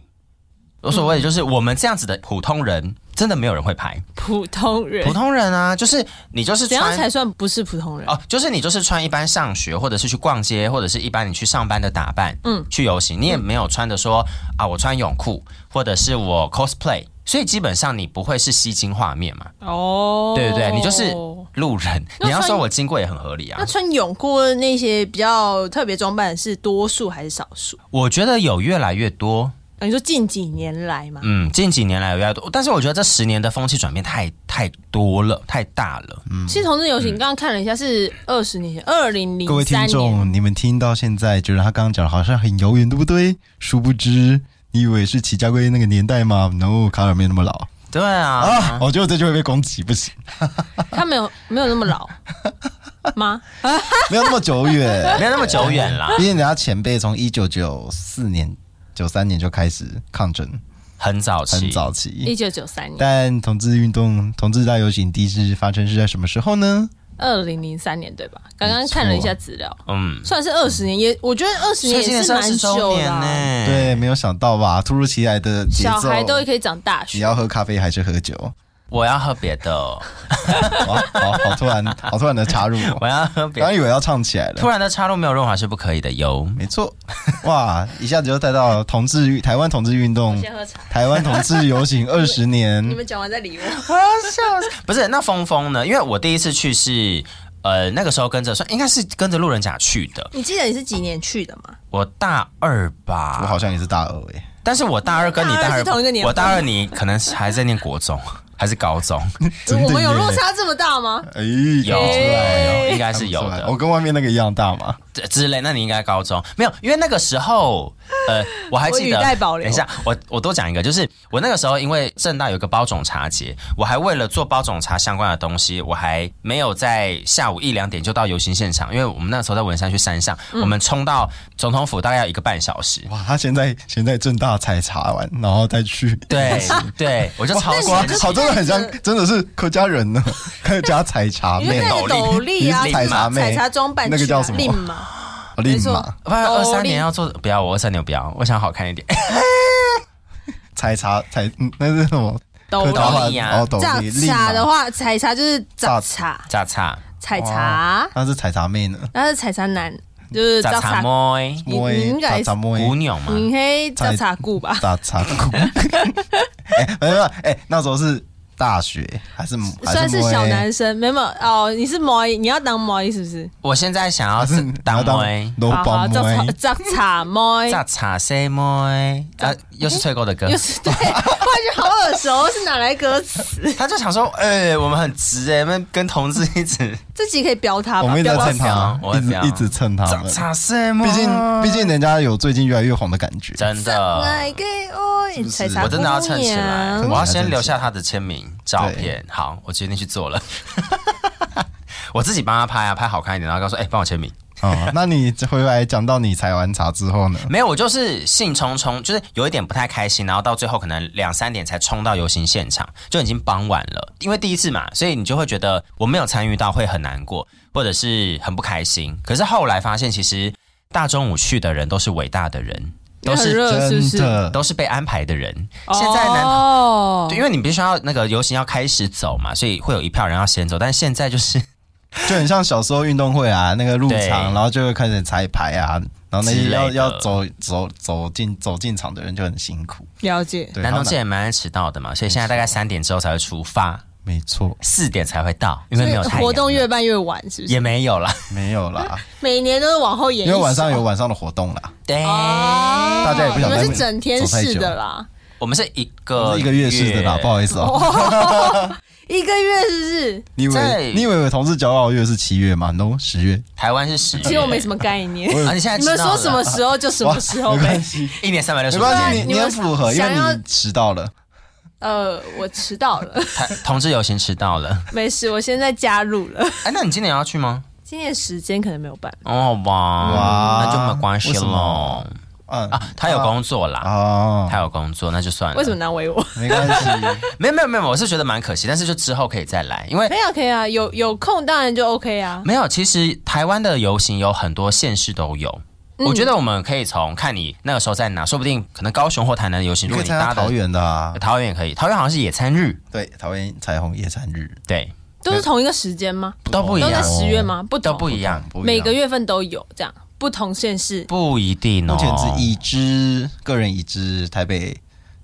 无所谓，嗯就是我们这样子的普通人，真的没有人会拍普通人普，通人啊。就是你就是怎样穿才算不是普通人？哦，就是你就是穿一般上学，或者是去逛街，或者是一般你去上班的打扮，嗯，去游行，你也没有穿的说啊，我穿泳裤，或者是我 cosplay，所以基本上你不会是吸睛画面嘛，哦，对不对？你就是路人，那你要穿说我经过也很合理啊那。穿泳裤的那些比较特别装扮的是多数还是少数？我觉得有越来越多，啊你说近几年来嘛，嗯，近几年来有越来越多，但是我觉得这十年的风气转变太太多了，太大了。嗯嗯其实同志游行刚刚看了一下是二十年前，二零零各位听三年。众，你们听到现在觉得他刚刚讲的好像很遥远，对不对？殊不知，你以为是齐家龟那个年代吗？No，卡尔没有那么老对啊，啊！我觉得这就会被攻击，不行，他没有没有那么 老吗？没有那么久远，没有那么久远 啦，毕竟人家前辈从一九九四年、九三年就开始抗争，很早期，很早一期。九九三年，但同志运动、同志大游行第一次发生是在什么时候呢？二零零三年对吧？刚刚看了一下资料，嗯，算是二十年，也我觉得二十所以年今也年是是二蛮十周久年的呢、啊。对，没有想到吧？突如其来的节奏，小孩都可以长大你学，要喝咖啡还是喝酒？我要喝别的，哦好好好，突然，好突然的插入哦，我要喝别的。刚以为要唱起来了突。然的插入没有润滑是不可以的哟。没错，哇，一下子就带到同志运台湾同志运动，喝茶。台湾同志 游行二十年，们讲完再理我。不是，那峰峰呢？因为我第一次去是，呃，那个时候跟着算应该是跟着路人甲去的，你记得你是几年去的吗？我大二我吧。好像也是大二欸诶、但是我大二跟你大大二二是同一个年份我大二你可能还在念国中还是高 中，真的耶我们有落差这么大吗？哎、有看不出来哦有哎应该是有看不出来的我跟外面那个一样大嘛，之之类。那你应该高中没有，因为那个时候，呃，我还记得。我语带保留等一下，我我多讲一个，就是我那个时候因为正大有一个包种茶节，我还为了做包种茶相关的东西，我还没有在下午一两点就到游行现场，因为我们那时候在文山去山上，嗯我们冲到总统府大概要一个半小时。哇，他现在现在正大才查完，然后再去，对对，我就超过 哇，好真的很像，真的是客家人呢，客家采茶你就妹，带着斗笠啊，你是采茶妹，采茶装扮去啊，那个叫什么哦令嘛？立没错马不然二斗三笠年要做不要我二三年不要，我想好看一点。采茶采，嗯那是什么？斗客家话笠啊哦，斗榨笠，立茶马的话，采茶就是榨茶，炸 叉采茶，那是采茶妹呢，那是采茶男，就是炸榨叉茶。妹，你摸你应该茶茶摸姑娘嘛，你可以榨采茶顾吧？大茶裤。 哎，没有，哎，那时候是大学还是算是还小摸男生，没有没有哦，你是毛衣，你要当毛衣是不是？我现在想要 还是啊是当妹。萝好卜好，榨茶榨茶妹？毛衣炸叉 C 妹，啊，又是翠哥的歌哎又，是对， 我感觉好耳熟，是哪来歌词？他就想说，哎、我们很直哎、我们跟同志一直这集可以标他 我吧？们一直标在他蹭他我会们，一这样直一直蹭他们。叉 C 妹，毕竟，毕竟人家有最近越来越红的感觉。真的，来给我不是采茶我真的要姑蹭起来，娘我要先留下他的签名照片。好，我决定去做了。 我自己帮他拍啊，拍好看一点，然后告诉哎，帮、我签名。哦，那你回来讲到你采完茶之后呢？没有，我就是兴冲冲，就是有一点不太开心，然后到最后可能两三点才冲到游行现场，就已经傍晚了。因为第一次嘛，所以你就会觉得我没有参与到会很难过，或者是很不开心。可是后来发现，其实大中午去的人都是伟大的人，都很是热是不真是？的，都是被安排的人。现在呢？哦对，因为你必须要那个游行要开始走嘛，所以会有一票人要先走。但现在就是就很像小时候运动会啊，那个入对场，然后就会开始彩排啊，然后那之些类要的要走走走进走进场的人就很辛苦。了解， 对，男同他志们也蛮爱迟到的嘛，所以现在大概三点之后才会出发，没错，四点才会到，因为没有所以太阳活动了越办越晚，是不是？也没有啦。没有啦，每年都是往后延一因宿，为晚上有晚上的活动啦。对，哦，大家也不想你们是在整天式走太的久啦，我们是一我个是一个月式的啦，不好意思哦。一个月是不是？你以在为你以为同志骄傲月是七月吗？no，十月。台湾是十月，其实我没什么概念，啊，你现在你知道们说什么了时候就什么时候没呗关。系，一年三百六十没五关系，天，你你你们很符合，因想要为你迟到了。呃，我迟到了， 台同志游行迟到了。没事，我现在加入了。哎，那你今年要去吗？今天的时间可能没有办法。哦哇，哇那就没关系为什了么嗯啊。他有工作啦，哦，他有工作，那就算了。为什么难为我？没关系，没有没有没有，我是觉得蛮可惜，但是就之后可以再来，因为 没有，可以啊，有有空当然就 OK 啊。没有。其实台湾的游行有很多县市都有。嗯我觉得我们可以从看你那个时候在哪，说不定可能高雄或台南的游行，你如可果以你参加搭的桃园的啊，桃园也可以，桃园好像是野餐日，对，桃园彩虹野餐日对，都是同一个时间吗？都不一都在样，十月吗？不都同，不一样，不一样每个月份都有这样，不同县市。不一定哦。目前是已知，个人已知台北、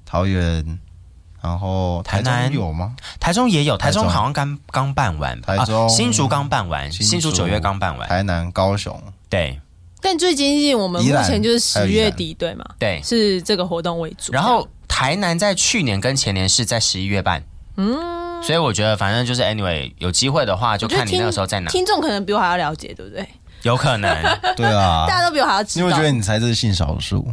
桃园，然后台台中南有吗？台中也有，台台中中好像刚刚办完，台中啊、新竹刚办完，新新竹竹九月刚办完，台南、高雄，对但最接近我们宜目兰前就是还有十宜兰月底，对吗？对。是这个活动为主。然后台南在去年跟前年是在十一月办，嗯，所以我觉得反正就是 anyway，有机会的话就我觉得看你那个听时候在哪，听众可能比我还要了解，对不对？有可 能，对 啊大，家都比我还要知因为我道觉。得你才是性少数，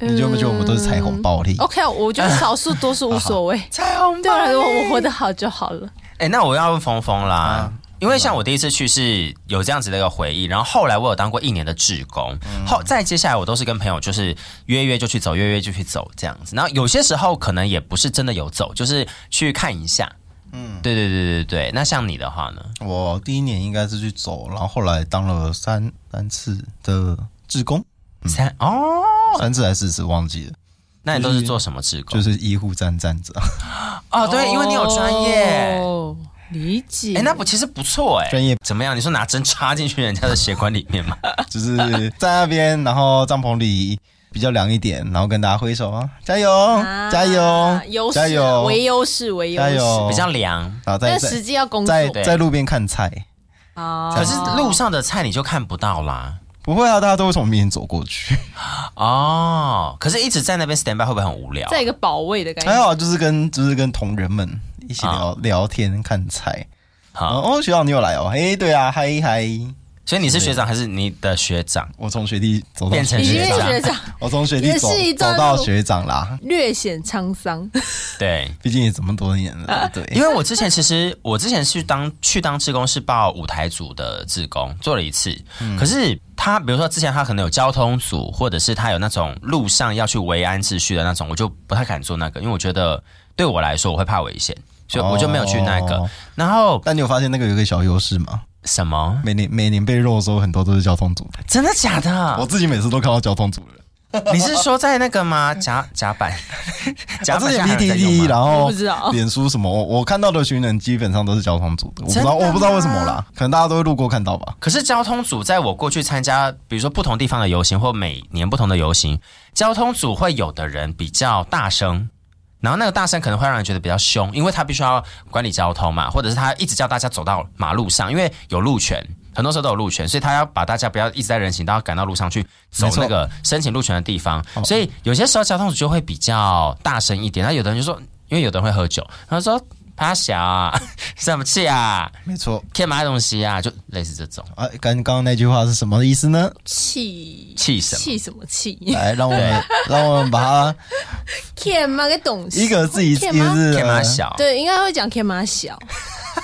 你觉不觉得我们都是彩虹暴力？ OK，我觉得少数多数无所谓 彩虹对我啊来说我活得好就好了。哎、那我要问峰峰啦，啊因为像我第一次去是有这样子的一个回忆，然后后来我有当过一年的志工，嗯后再接下来我都是跟朋友就是约约就去走，约约就去走这样子，然后有些时候可能也不是真的有走，就是去看一下。嗯，对对对对对，那像你的话呢？我第一年应该是去走，然后后来当了三三次的志工，三哦，三次还是四次忘记了，那你都就是是做什么志工？就是医护站站长，哦，对，因为你有专业，哦，理解。哎，那不其实不错哎，专业怎么样？你说拿针插进去人家的血管里面吗？就是在那边，然后帐篷里比较凉一点，然后跟大家挥手啊，加油，啊加油，优势啊加油，为优势，为优加势。油，比较凉，然后再但在实际要工作在对在路边看菜，啊可是路上的菜你就看不到啦。不会啊，大家都会从我面前走过去，哦，可是一直在那边 stand by 会不会很无聊？在一个保卫的感哎还觉。好就是跟就是跟同仁们一起啊聊、聊天看菜，然好，后哦学长你有来哦，哎对啊，嗨嗨，所以你是学长还是你的学长？我从学弟走到变成学已经长被学长学长我从学弟走也是一走段路到学长啦，略显沧桑，对，毕竟也这么多年 了，对不因对。为我之前其实我之前去当去当志工是报舞台组的志工，做了一次。可是他比如说之前他可能有交通组，或者是他有那种路上要去维安秩序的那种，我就不太敢做那个，因为我觉得对我来说我会怕危险，所以我就没有去那个。哦然后但你有发现那个有一个小优势吗？什么？每年每年被肉的时候，很多都是交通组的。真的假我的？自己每次都看到交通组的人，你是说在那个吗？甲甲板，甲我板之前下还有人在用 PTT，吗 E，然我后不知道。脸书什么，我我看到的群人基本上都是交通组的，我不知道真的吗我不知道为什么啦，可能大家都会路过看到吧。可是交通组在我过去参加，比如说不同地方的游行或每年不同的游行，交通组会有的人比较大声，然后那个大声可能会让人觉得比较凶，因为他必须要管理交通嘛，或者是他一直叫大家走到马路上，因为有路权，很多时候都有路权，所以他要把大家不要一直在人行道赶到路上去走没错那个申请路权的地方，所以有些时候交通组就会比较大声一点，那有的人就说，因为有的人会喝酒，他就说。他小啊， 生什么气啊？没错，可以买东西啊，就类似这种。啊，刚刚刚那句话是什么意思呢？气气什么气什么气？ 来，让 我们让我们把它天妈给懂事一个自 己一天妈个呃是天马，小，对，应该会讲天妈 小，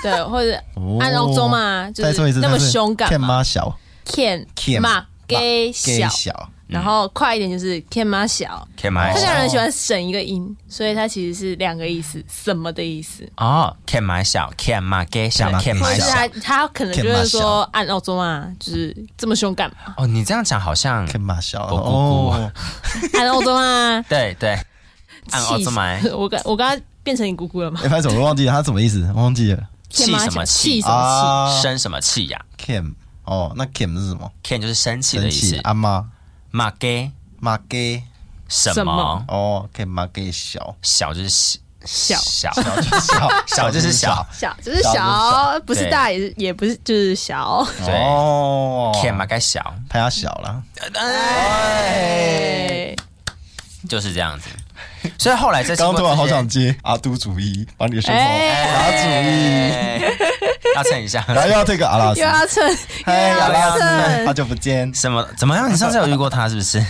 对，或者哦安龙啊中嘛，就再说一是次，那么再说一次凶干天嘛？妈小，天天妈给给小，小，嗯然后快一点就是天妈小。天客马哦小家人喜欢省一个音，所以它其实是两个意思，什么的意思。哦，天马小，天马给小天天，马给马或哎是小小。他他可能就会说按澳洲嘛，就是这么凶干嘛？ 哦，你这样讲好像天妈小我姑姑，哦，按澳洲嘛对对，按奥气兹死麦 我刚我刚刚变成你姑姑了吗？ 哎，拍手，我忘记了他什么意思，我忘记了气天妈什么小气气什啊么生什么气呀，Kim 哦，那 Kim 是什么？ ？Ken 就是生气的生意气啊思，阿妈马给妈给什什么么哦，Kim 妈给小小就是小小小，小就是小 小就是小，气？小就是小哦小就是小，不是大也是也不是就是小。对哦天马给小，拍他小了，哎，就是这样子。所以后来在刚刚突然好想接阿都主义，把你的胸口哎打主意，意，要蹭一下。然后又要推个阿拉 斯又，要蹭，又嗨，阿拉要斯，好蹭，久不见，什么？怎么样？你上次有遇过他是不 是？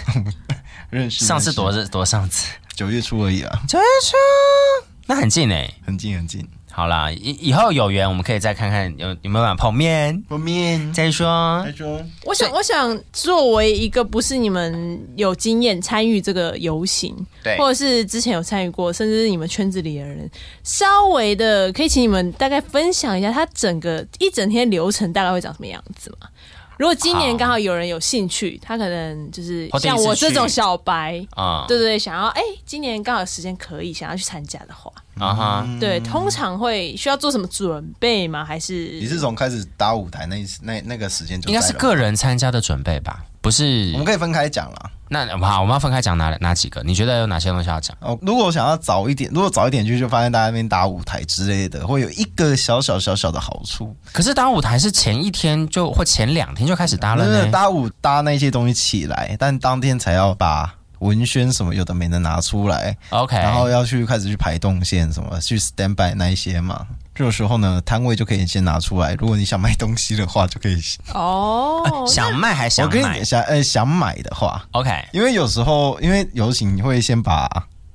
认识上次认识多多上次？九月初而已啊，九月初，那很近哎、很近很近。好啦，以以后有缘我们可以再看看有有没有办法碰面。我面再说再，说，我想，我想作为一个不是你们有经验参与这个游行，对或者是之前有参与过，甚至是你们圈子里的人，稍微的可以请你们大概分享一下，它整个一整天流程大概会长什么样子吗？如果今年好刚好有人有兴趣，他可能就是或第一像次我这种去小白，啊对对对，想要哎、今年刚好有时间可以想要去参加的话，啊嗯哈，对，嗯通常会需要做什么准备吗？还是你是从开始打舞台那一时那那个时间就应该在是了吗，个人参加的准备吧，不是我？们可以分开讲啦。那好，我们要分开讲哪哪几个？你觉得有哪些东西要讲？哦，如果我想要早一点，如果早一点去，就发现大家那边打舞台之类的，会有一个小小小小的好处。可是搭舞台是前一天就或前两天就开始搭了真的呢。搭舞搭那些东西起来，但当天才要把文宣什么有的没的拿出来， OK，然后要去开始去排动线什么，去 stand by 那一些嘛。这个时候呢，摊位就可以先拿出来。如果你想卖东西的话，就可以。哦，啊想卖还我想跟买你想呃想买的话， ，OK，因为有时候因为游行会先把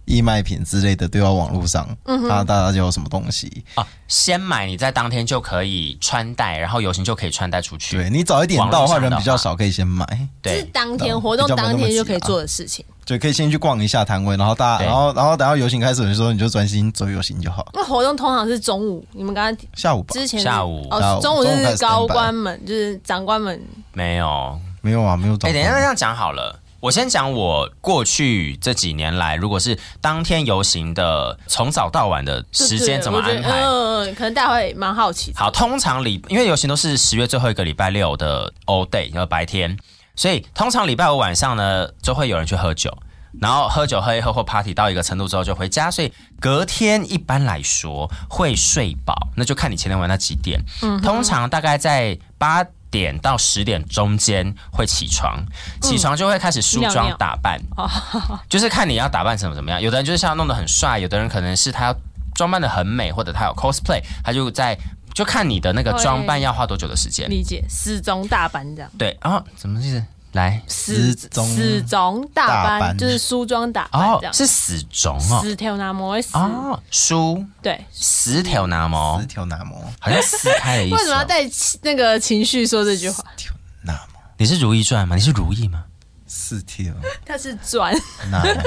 义卖品之类的丢到网络上，怕大家就有什么东西。哦，先买你在当天就可以穿戴，然后游行就可以穿戴出去。对你早一点到的话，网络上的人话比较少，可以先买。这是对，当对天活动比较没那当么天急就可以啊做的事情。对，可以先去逛一下摊位，然后大家，对然后然后等到游行开始的时候，你就专心走游行就好。那活动通常是中午，你们刚刚下午吧，之前下午下哦，午中午就中午开是始高 standby 官们，就是长官们，没有。没有啊，没有找哎、到。等一下，那这样讲好了。我先讲我过去这几年来，如果是当天游行的从早到晚的对时对间怎么我觉得安排。嗯、可能大家会蛮好奇。好，通常礼因为游行都是十月最后一个礼拜六的 all day，就是白天，所以通常礼拜五晚上呢，就会有人去喝酒，然后喝酒喝一喝或 party 到一个程度之后就回家，所以隔天一般来说会睡饱，那就看你前天玩到几点。嗯通常大概在八点到十点中间会起床，起床就会开始梳尿妆尿打扮，就是看你要打扮成怎么样。有的人就是想要弄得很帅，有的人可能是他要装扮的很美，或者他有 cosplay，他就在就看你的那个会装扮要花多久的时间。理解，失踪大班这样，对啊，怎么意思？来失失踪失踪大大班班就是梳妆打扮哦这，样，是死忠哦死条那么死，哦，书对。死条拿毛四，条男模，好像撕开 的意思、为哦。什么要带情那个情绪说这句话？那么你是《如懿传》吗？你是如懿吗？四条它是 转 那么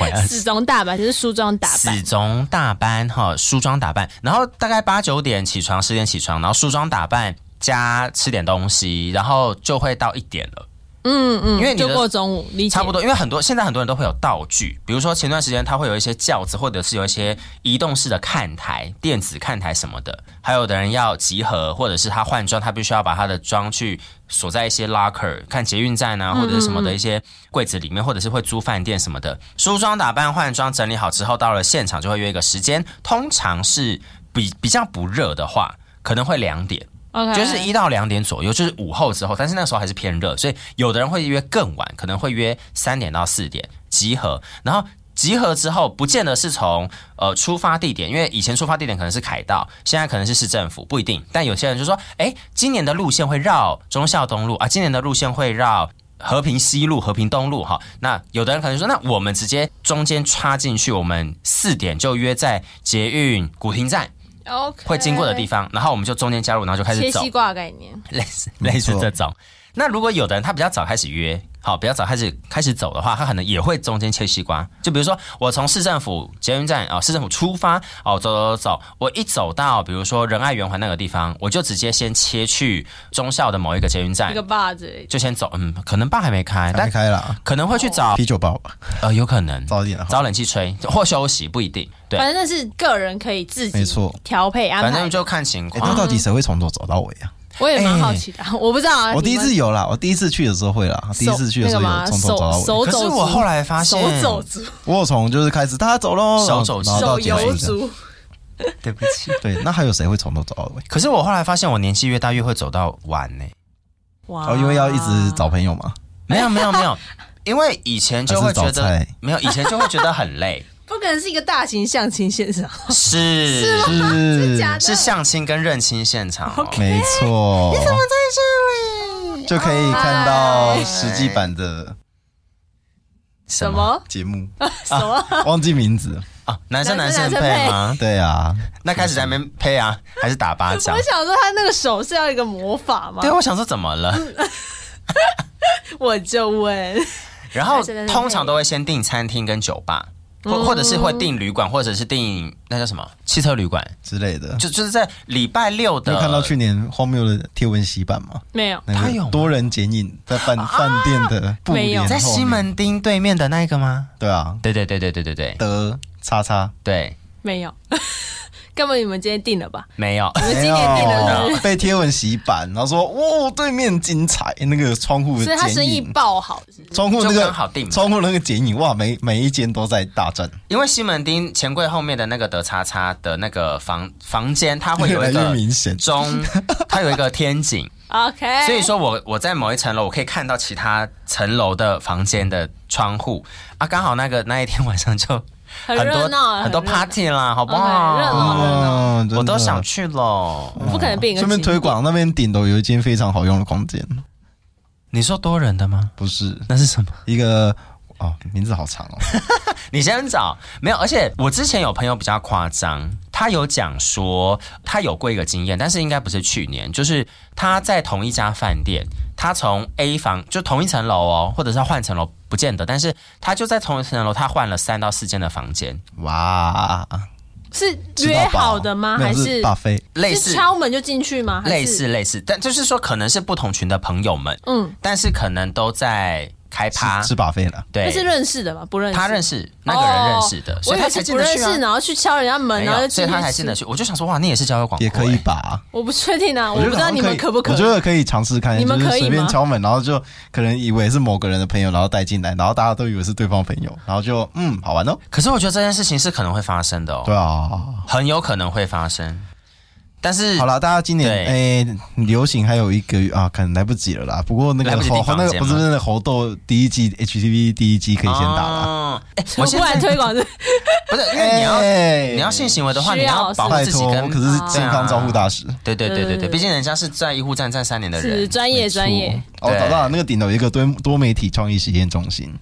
晚安始终大班，就是梳妆打扮始。终大班哈，梳妆打扮，然后大概八九点起床，十点起床，然后梳妆打扮加吃点东西，然后就会到一点了。嗯嗯，因为你的就过中午，理解差不多，因为很多现在很多人都会有道具，比如说前段时间它会有一些轿子，或者是有一些移动式的看台、电子看台什么的，还有的人要集合，或者是他换装，他必须要把他的装去锁在一些 locker，看捷运站啊或者是什么的一些柜子里面，或者是会租饭店什么的。梳妆打扮、换装整理好之后，到了现场就会约一个时间，通常是比比较不热的话，可能会两点。 ，OK，就是一到两点左右，就是午后之后，但是那时候还是偏热，所以有的人会约更晚，可能会约三点到四点集合，然后。集合之后，不见得是从呃出发地点，因为以前出发地点可能是凯道，现在可能是市政府，不一定。但有些人就说，哎，今年的路线会绕忠孝东路啊，今年的路线会绕和平西路、和平东路哈。那有的人可能说，那我们直接中间插进去，我们四点就约在捷运古亭站 OK 会经过的地方，然后我们就中间加入，然后就开始切走西。瓜的概念。 类似没类似错这种。那如果有的人他比较早开始约，好，比较早开始开始走的话，他可能也会中间切西瓜。就比如说，我从市政府捷运站啊、哦市政府出发，哦，走走走走，我一走到比如说仁爱圆环那个地方，我就直接先切去中校的某一个捷运一站个，bar 之类的。就先走。嗯，可能爸还没开，打但开啦，可能会去找啤酒吧吧，呃，有可能早一点啊的话，找冷气吹或休息，不一定。对，反正那是个人可以自己没错调配安反排正。就看情哎，那况。到底谁会从头走到尾啊？我也蛮好奇的，我不知道啊。哎我第一你次们有啦，我第一次去的时候会啦，第一次去的时候那个吗有从头走到尾。手可肘是族我后来发现，手肘族、我有从就是开始大家走喽，手肘然后到手结束游这样。族，对不起。对，那还有谁会从头走到尾？可是我后来发现，我年纪越大越会走到晚呢、哇哦，因为要一直找朋友嘛，没有没有没有，因为以前就会觉还是早得菜没有，以前就会觉得很累，不可能是一个大型相亲现场，啊是是假的是相亲跟认亲现场、哦。没错。你怎么在这啊里？就可以看到实际版的哎什么节目，什么啊忘记名字，啊，男生男男生生男生配 吗？对啊，那开始在那边配啊，还是打巴掌 我？想说他那个手是要一个魔法吗哦对，？我想说怎么了？我就 问，然后男生男生通常都会先订餐厅跟酒吧，或或者是会订旅馆，或者是订那叫什么汽车旅馆，之类的。就就是在礼拜六你的有看到去年荒谬的贴文洗版吗？没有，那呃他有吗啊个多人剪影在饭饭店的布没有帘，在西，门町对面的那个吗？对啊，对对对对对对对德叉叉，对，没有。 根本你们今天定了吧？没有。你们今没有年定了是不哦被贴文洗版，然后说哇，对面精彩，那个窗户是，的所以他生剪意影，爆好，是不是窗户那就个刚好定嘛窗户那个剪影，哇，每每一间都在大战，因为西门町钱柜后面的那个德叉叉的那个房房间，它会越有来一 越个明显。钟，它有一个天井， OK。所以说我我在某一层楼，我可以看到其他层楼的房间的窗户啊，刚好那个那一天晚上就很多热闹啊，很多热闹 party 啦，好不 OK，热闹好？哦，真的啊我都想去喽。不可能变一个顺景便点推广那边顶楼有一间非常好用的空间，你说多人的吗？不是那是什么？一个哦，名字好长哦，你先找没有，而且我之前有朋友比较夸张，他有讲说他有过一个经验，但是应该不是去年，就是他在同一家饭店，他从 A 房就同一层楼哦，或者是他换层楼不见得，但是他就在同一层楼，他换了三到四间的房间，哇，是吃约到饱好的吗？没还有是是巴菲？类是似敲门就进去吗？还是类似类似，但就是说可能是不同群的朋友们，嗯，但是可能都在开趴是，是巴菲了。那对，是认识的吗？不认识，他认识那个人认识的，哦所以我他以为才是进不得认去啊识，。然后去敲人家门，没然后就有，进去所以他才进得去。我就想说，哇，你也是交友广也阔可以欸吧。我不确定啊，我觉不得知道你们可可不可以，以。我觉得可以尝试看，你们就是可以随便吗敲门，然后就可能以为是某个人的朋友，然后带进来，然后大家都以为是对方朋友，然后就嗯，好玩哦。可是我觉得这件事情是可能会发生的哦，对啊，很有可能会发生。但是好啦，大家今年哎、流行还有一个月啊，可能来不及了啦。不过那来个不及猴订房那个间不是吗那个猴豆第一季 HTV 第一季可以先打啦。哦哎、我我现 过来在推广这不是因为你要、哎你要性行为的话，需你要要保护拜自己托，跟啊可是健康照护大使。对对对对对对，毕竟人家是在医护站站三年的是人，专业专业，哦，对找到了那个顶楼有一个多多媒体创意实验中心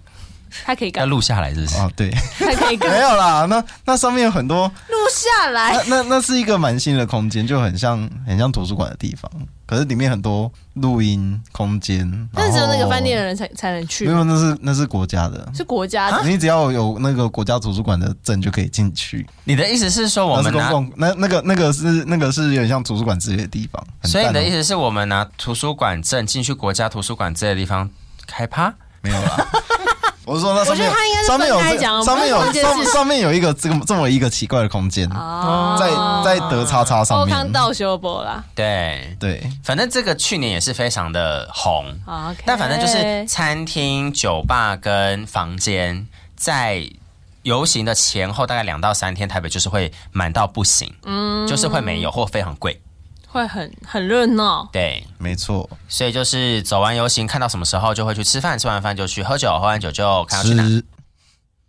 他可以要改，录下来是不是？ 啊，对，他可以 没改，有啦，那那上面有很多录下来那那那是一个蛮新的空间，就很像很像图书馆的地方，可是里面很多录音空间。但然只有那个后饭店的人才才能去啊没，哦有，那是那是国家的，是国家啊的。哦你只要有那个国家图书馆的证就可以进去。你的意思是说我那是们公拿，共，那那个那个是那个是有点像图书馆之类的地方。很所以你淡的哦意思是我们拿图书馆证进去国家图书馆这些地方开趴？没 有啦。我是说，那上面我觉得他应该是上面有分开讲这上面不是有同一件上事上面有一个这个这么一个奇怪的空间，哦在在德叉叉上欧康面。道修博啦对，对，反正这个去年也是非常的红， o k 但反正就是哎餐厅、酒吧跟房间，在游行的前后大概两到三天，台北就是会满到不行，嗯，就是会没有或非常贵，会很很热闹，对，没错，所以就是走完游行，看到什么时候就会去吃饭，吃完饭就去喝酒，喝完酒就看要去哪，吃，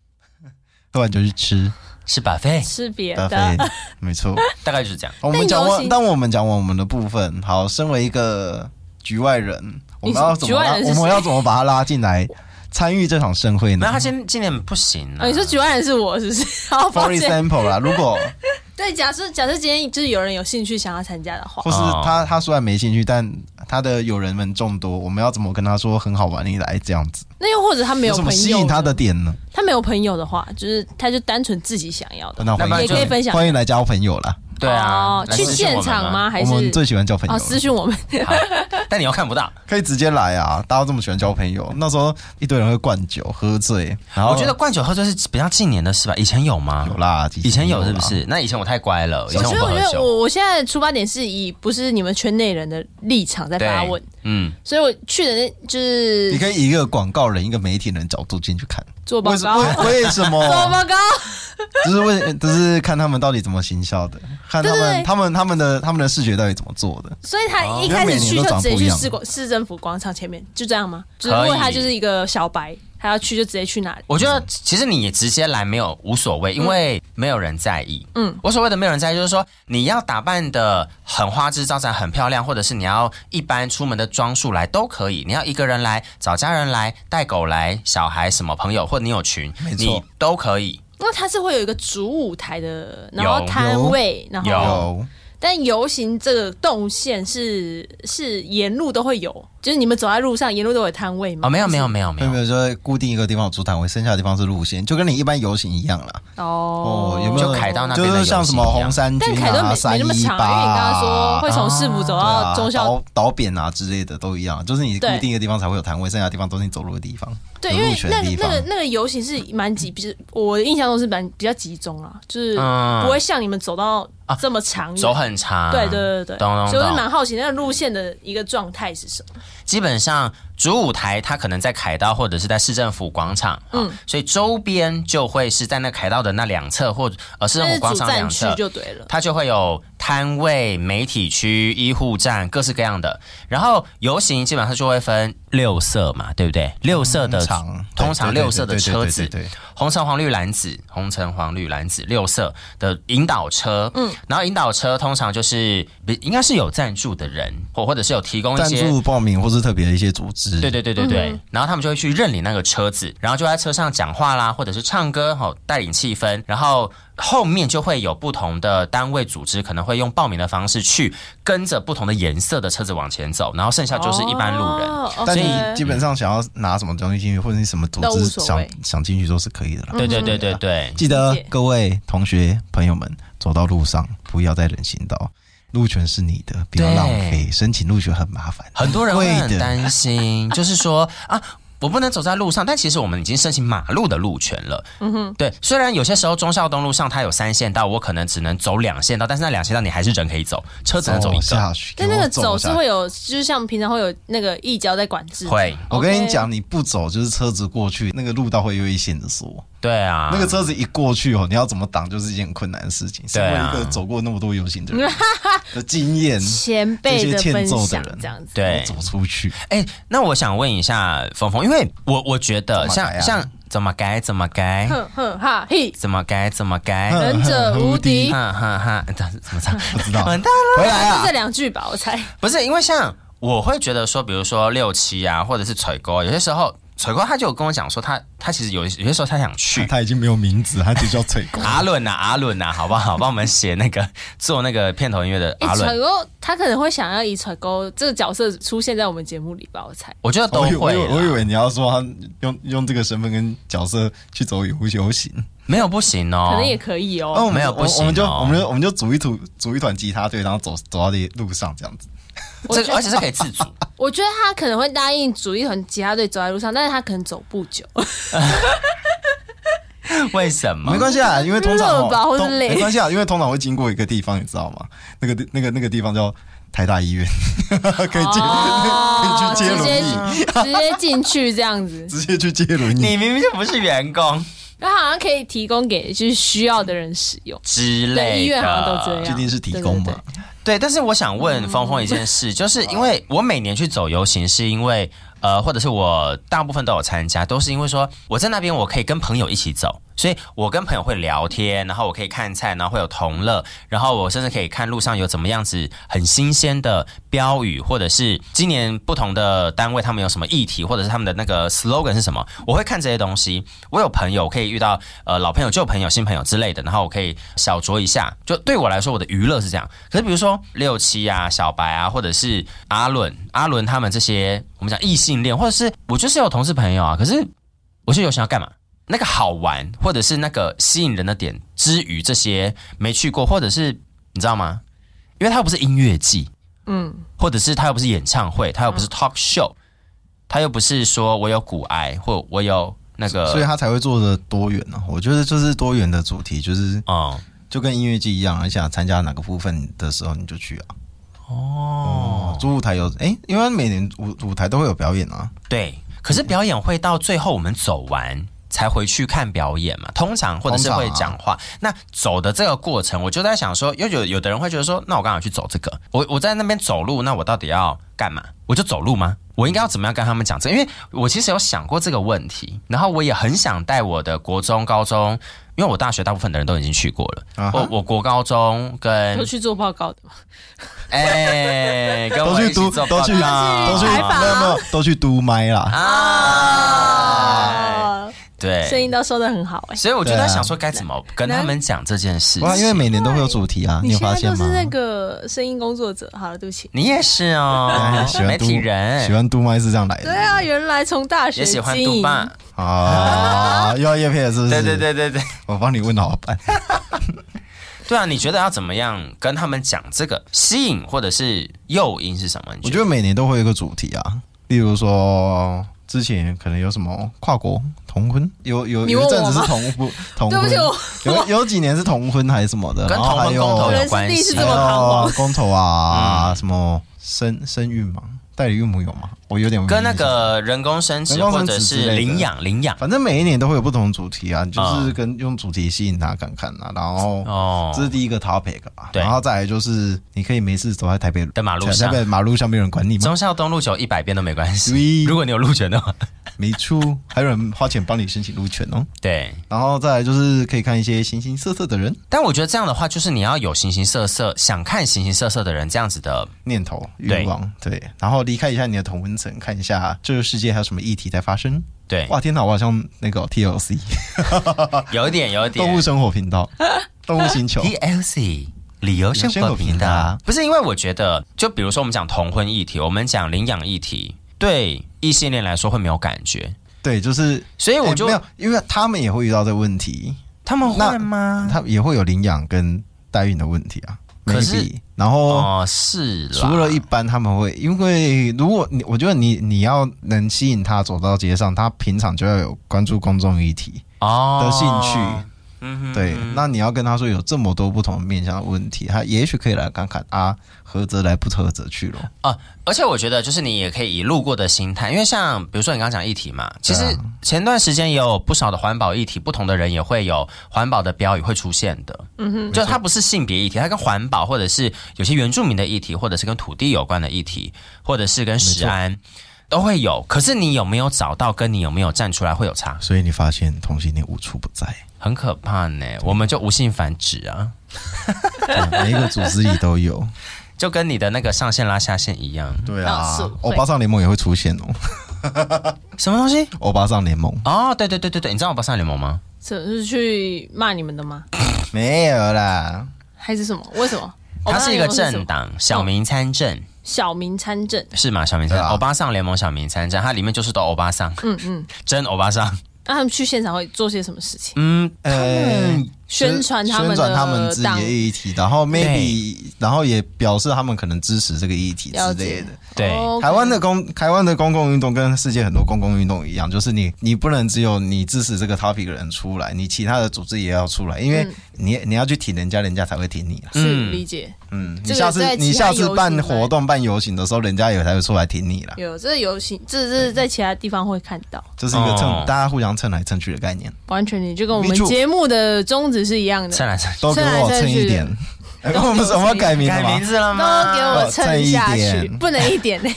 喝完就去吃是吧？费，吃别咖啡的，，没 错。大概就是这样。我们讲啊游完，行但我们讲完我们的部分。好，身为一个局外人，我们要怎局么外拉？人是我们谁要怎么把他拉进来参与这场盛会那呢他今今年不行啊，哦，你说局外人是我是不是？好， ？For 抱歉。 example 啦，如果对，假设假设今天就是有人有兴趣想要参加的话，或是哦他他虽然没兴趣，但他的友人们众多，我们要怎么跟他说很好玩，你来这样子？那又或者他没有什朋友么呢，吸引他的点呢？他没有朋友的话，就是他就单纯自己想要的，那那不欢然也迎就可以分享。欢迎来交朋友啦！对啊哦，来去私讯我现们场啊？吗？还我是们最喜欢交朋友哦，了，私讯我们好，但你要看不到。可以直接来啊！大家都这么喜欢交朋友，那时候一堆人会灌酒喝醉，然后我觉得灌酒喝醉是比较近年的事吧？以前有吗？有啦，以前有啦是不？是？那以前我太乖了，以前我觉得，不我喝觉得酒。我我现在的出发点是以不是你们圈内人的立场在发问对，，嗯，所以我去的那就是你可以以一个广告人、一个媒体人角度进去看，做报为什告，做为为什么？报告。就是为就是看他们到底怎么行销的，看他对对对们他们他们的他们的视觉到底怎么做的。所以他哦一开始去就直接去市广市政府广场前面，就这样吗？就是如果他就是一个小白，他要去就直接去哪里？我觉得其实你也直接来没有无所谓，因为没有人在意。嗯嗯，我所谓的没有人在意，就是说你要打扮的很花枝招展、很漂亮，或者是你要一般出门的装束来都可以。你要一个人来，找家人来，带狗来，小孩什么朋友，或者你有群，没错你都可以。因为它是会有一个主舞台的，然后有摊位，然有后有但游行这个动线是是沿路都会有，就是你们走在路上沿路都有摊位吗？哦，没有没有没有没没有没有，有说固定一个地方有主摊位，剩下的地方是路线，就跟你一般游行一样啦。哦哦，有没有就凯道那就边的是像什么游行一样啊红山但军凯顿啊、没没三那么一长，八因为你刚刚说会从市府走到啊、中校，导导扁啊之类的都一样，就是你固定一个地方才会有摊位，剩下的地方都是你走路的地方。对，有因为路权那的个地那方个那个游行是蛮集，比我的印象中是蛮比较集中啦，就是嗯啊不会像你们走到这么长远。走很长，对对对对，懂懂所以我是蛮懂。好奇那个路线的一个状态是什么。基本上主舞台它可能在凯道或者是在市政府广场，嗯，所以周边就会是在那凯道的那两侧或呃市政但府是广主场战两区侧，就对了，它就会有摊位、媒体区、医护站，各式各样的。然后游行基本上就会分六色嘛，对不对？六色的嗯通常通常对对对六色的对对车对子对对对红橙黄绿蓝紫，红橙黄绿蓝紫六色的引导车，嗯，然后引导车通常就是不应该是有赞助的人，或或者是有提供一赞些助报名或是特别的一些组织，对对对对对，然后他们就会去认领那个车子，然后就在车上讲话啦，或者是唱歌，吼、带领气氛。然后后面就会有不同的单位组织，可能会用报名的方式去跟着不同的颜色的车子往前走，然后剩下就是一般路人。哦 OK 但你基本上想要拿什么东西进去，或者是什么组都无织所想谓想进去都是可以的啦。对对对对对，记理得解各位同学朋友们，走到路上不要再人行道，路权是你的，不要对浪费。申请路权很麻烦，很多人会贵很的。担心，就是说啊。我不能走在路上，但其实我们已经申请马路的路权了。嗯哼，对。虽然有些时候忠孝东路上它有三线道，我可能只能走两线道，但是那两线道你还是人可以走，车只能走一走个。下去，但那个给我走走下是去会有，就是像平常会有那个一交在管制的，会，我跟 OK 你讲，你不走就是车子过去，那个路道会危险的说。对啊，那个车子一过去哦，你要怎么挡就是一件很困难的事情。身对为啊一个走过那么多游行的 人的经验，前辈的这些分欠揍的享人这样子。对，走出去哎、那我想问一下峰峰，因为我我觉得怎像、么嗯改啊像怎么改怎么改哼哼哈嘿，怎么改怎么改，嗯哼忍者无敌，哈哈哈，怎么唱？嗯不知道完蛋回来就啊这！两句吧，我猜。不是因为像我会觉得说，比如说六七啊，或者是锤哥，有些时候锤哥他就有跟我讲说他，他其实有有些时候他想 去。他已经没有名字，他就叫翠公。阿伦呐、啊，阿伦呐、啊，好不好？帮我们写那个做那个片头音乐的 哎阿，伦，甩钩他可能会想要以甩钩这个角色出现在我们节目里吧，我猜。我觉得都我以我会以为我以啦，为你要说他用用这个身份跟角色去走游游行，没有不行哦，可能也可以哦。哦没有我不行哦我们就我们就我们就组一组组一团吉他队，然后走走到路上这样子。我这个觉得而且是可以自 主，我觉得他可能会答应组一团吉他队走在路上，但是他可能走不 久。为什么？没关系啊，因为通常热吧或哦是通累没关系啊，因为通常会经过一个地方，你知道吗？那个地那个那个地方叫台大医院，可以接、哦， 可以去接直接轮椅，直接进去这样 子，直接去接嗯轮你椅。明明就不是员工然后好像可以提供给就是需要的人使用。之类的，对，医院好像都这样，一定是提供对嘛对？对对，但是我想问峰峰一件嗯事，就是因为我每年去走游行，是因为呃，或者是我大部分都有参加，都是因为说我在那边我可以跟朋友一起走，所以我跟朋友会聊天，然后我可以看菜，然后会有同乐，然后我甚至可以看路上有怎么样子很新鲜的标语，或者是今年不同的单位他们有什么议题，或者是他们的那个 slogan 是什么，我会看这些东西。我有朋友我可以遇到呃老朋友、旧朋友、新朋友之类的，然后我可以小酌一下。就对我来说，我的娱乐是这样。可是比如说六七啊、小白啊，或者是阿伦、阿伦他们这些，我们讲异性恋，或者是呃我就是有同事朋友啊，可是我是有想要干嘛？那个好玩，或者是那个吸引人的点之余，这些没去过，或者是你知道吗？因为它又不是音乐季，嗯，或者是它又不是演唱会，它又不是 talk show，它又不是说我有骨癌或我有那个，所以他才会做的多元呢、我觉得就是多元的主题，就是嗯，就跟音乐季一样，你想参加哪个部分的时候你就去啊。哦，主舞台有哎、因为每年舞舞台都会有表演啊。对。可是表演会到最后我们走完才回去看表演嘛，通常或者是会讲话。那走的这个过程，我就在想说，又有有的人会觉得说，那我干嘛去走这个？我我在那边走路，那我到底要干嘛？我就走路吗？我应该要怎么样跟他们讲这个因为我其实有想过这个问题，然后我也很想带我的国中、高中，因为我大学大部分的人都已经去过了。啊哈我我国高中跟都去做报告的嘛。哎、跟都我一去起哎读，做啊都去，报告都去，采访啊没有没有，都去读麦啦。啊。哦声对，音都收的很好哎、所以我就在对啊想说该怎么跟他们讲这件事哇，因情。为每年都会有主题啊，你有现发在现就吗是？那个声音工作者，好了，对不起。你也是哦哎， 喜媒欢体喜人，欢嘟麦是这样来对的啊，原来从大学也喜欢经杜营爸，啊，又要叶片了是不是？对对，对对对。我帮你问老板。对啊，你觉得要怎么样跟他们讲这个吸引或者是诱因是什么？我你觉觉得得每年都会有一个主题啊，例如说之前可能有什么跨国同婚，有有你有问一我阵子是吗 同不同对不婚起，我有有几年是同婚还是什么的，跟同嗯然后还婚有公投人有生关第系四这？么彷徨还有公投啊，什么生生育嘛，代理孕母有吗？我有点跟那，个人工生殖人工或生殖者之是类的领养领养反正每一年都会有不同的主题啊，你就是跟用主题吸引大家看看啊，然后。哦这是第一个 topic 啊，对然后再来就是你可以没事走在台北的马路台上北，马路上没有人管你吗？忠孝东路走一百遍都没关系。对如果你有路权的话，没错，还有人花钱帮你申请路权哦。对。然后再来就是可以看一些形形色色的人但我觉得这样的话，就是你要有形形色色想看形形色色的人这样子的，念头、欲对望，对，然后离开一下你的同温层，看一下这个世界还有什么议题在发生。对，哇，天哪，我好像那个 TLC 有一点有一点动物生活频道、动 物星球 DLC 旅游生活频道，不是因为我觉得，就比如说我们讲同婚议题，我们讲领养议题，对异性恋来说会没有感觉，对，就是，所以我诶就、哎没有，因为他们也会遇到这个问题，他们会那吗？他也会有领养跟代孕的问题啊。可是 maybe，然后、哦，是啦除了一般他们会，因为如果你我觉得你你要能吸引他走到街上，他平常就要有关注公众议题哦的兴趣。嗯哼对，那你要跟他说有这么多不同面向的问题，他也许可以来看看啊，合则来，不合则去咯。而且我觉得，就是你也可以以路过的心态，因为像比如说你刚刚讲议题嘛，其实对啊前段时间也有不少的环保议题，不同的人也会有环保的标语会出现的。嗯哼，就它不是性别议题，它跟环保或者是有些原住民的议题，或者是跟土地有关的议题，或者是跟食安都会有。可是你有没有找到，跟你有没有站出来会有差，所以你发现同性恋无处不 在，很可怕呢。我们就无性繁殖啊，对每一个组织里都有。就跟你的那个上线拉下线一样。对啊啊是，欧巴桑联盟也会出现哦，什么东西？欧巴桑联盟哦，对对对对对，你知道我巴上联盟吗？这是去骂你们的吗？没有啦，还是什么？为什么？它是一个政党，党，小民参政小民参政。是吗？小民参对啊欧巴桑联盟小民参政，它里面就是都欧巴桑，嗯嗯，真欧巴桑。那他们去现场会做些什么事情？嗯，呃，宣传他们宣传他们的自己党的议题，然后 maybe，然后也表示他们可能支持这个议题之了类解的。对， OK 台湾的公台湾的公共运动跟世界很多公共运动一样，就是你你不能只有你支持这个 topic 的人出来，你其他的组织也要出来，嗯因为你、你要去挺人家，人家才会挺你啊。是理解嗯，这你个下次在其他你下次游办行来哦活动办游行的时候，人家也才会出来挺你啦。有这游行，这这是在其他地方会看到，这是一个蹭、哦大家互相蹭来蹭去的概念，完全你就跟我 Me 们 too 节目的宗旨是一样的，再来再来都给我蹭一点。 哎 我们什么改名了改名吗？字了都给吗？我蹭下哦蹭一去，点不能 一点嘞，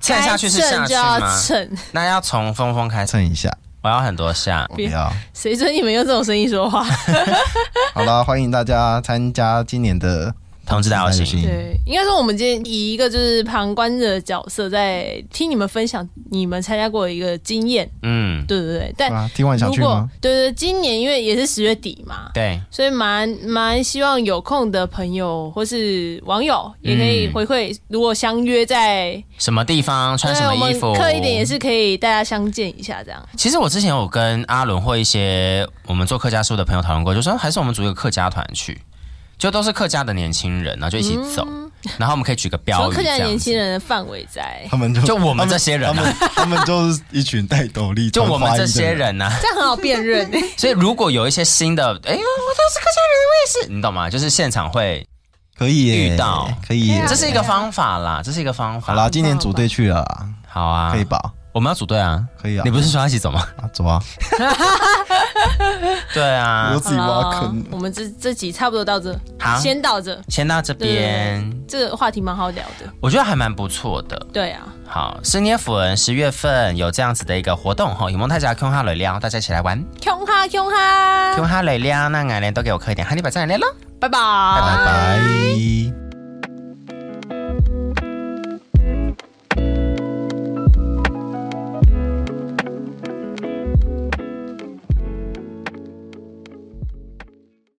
蹭下去是下该蹭就去要吗？蹭，那要从峰峰开始，蹭一下，我要很多下我。不要。谁准你们用这种声音说话？好啦，嗯欢迎大家参加今年的同志大游行对，应该说我们今天以一个就是旁观者的角色，在听你们分享你们参加过的一个经验，嗯，对对对。对但吧？听完想如去果吗？对对，今年因为也是十月底嘛，对，所以蛮蛮希望有空的朋友或是网友也可以嗯回馈，如果相约在什么地方穿什对么衣我服？们刻一点也是可以大家相见一下这样。其实我之前有跟阿伦或一些我们做客家书的朋友讨论过，就说还是我们组一个客家团去，就都是客家的年轻人，然后就一起走，然后我们可以举个除标了语嗯客这家样年子。轻人的范围在，他们就 就我们这些人啊他们他们就是一群戴斗笠， 就我们这些穿花衣的人，人呐、啊这样很好辨 认。所以如果有一些新的，哎、我都是客家人，我也是，你懂吗？就是现场会，可以耶遇到可以耶对啊啊这是一个方法啦，这是一个方法。好啦，今年组队去了啦，好啊，可以？吧？我们要组队啊，可以啊，你不是说要一起走 吗？啊走啊，对啊我，自己挖好啦坑。我们这这集差不多到这，好，先先到这。先到这边，这个话题蛮好聊的，我觉得还蛮不错的。对啊，好，十年辅仁十月份有这样子的一个活动吼，有梦大家 Q 哈磊料，大家一起来玩穷哈穷哈啊 Q，哈磊料，那俺呢都给我磕一点，哈利把赞来咯，啊拜拜拜拜。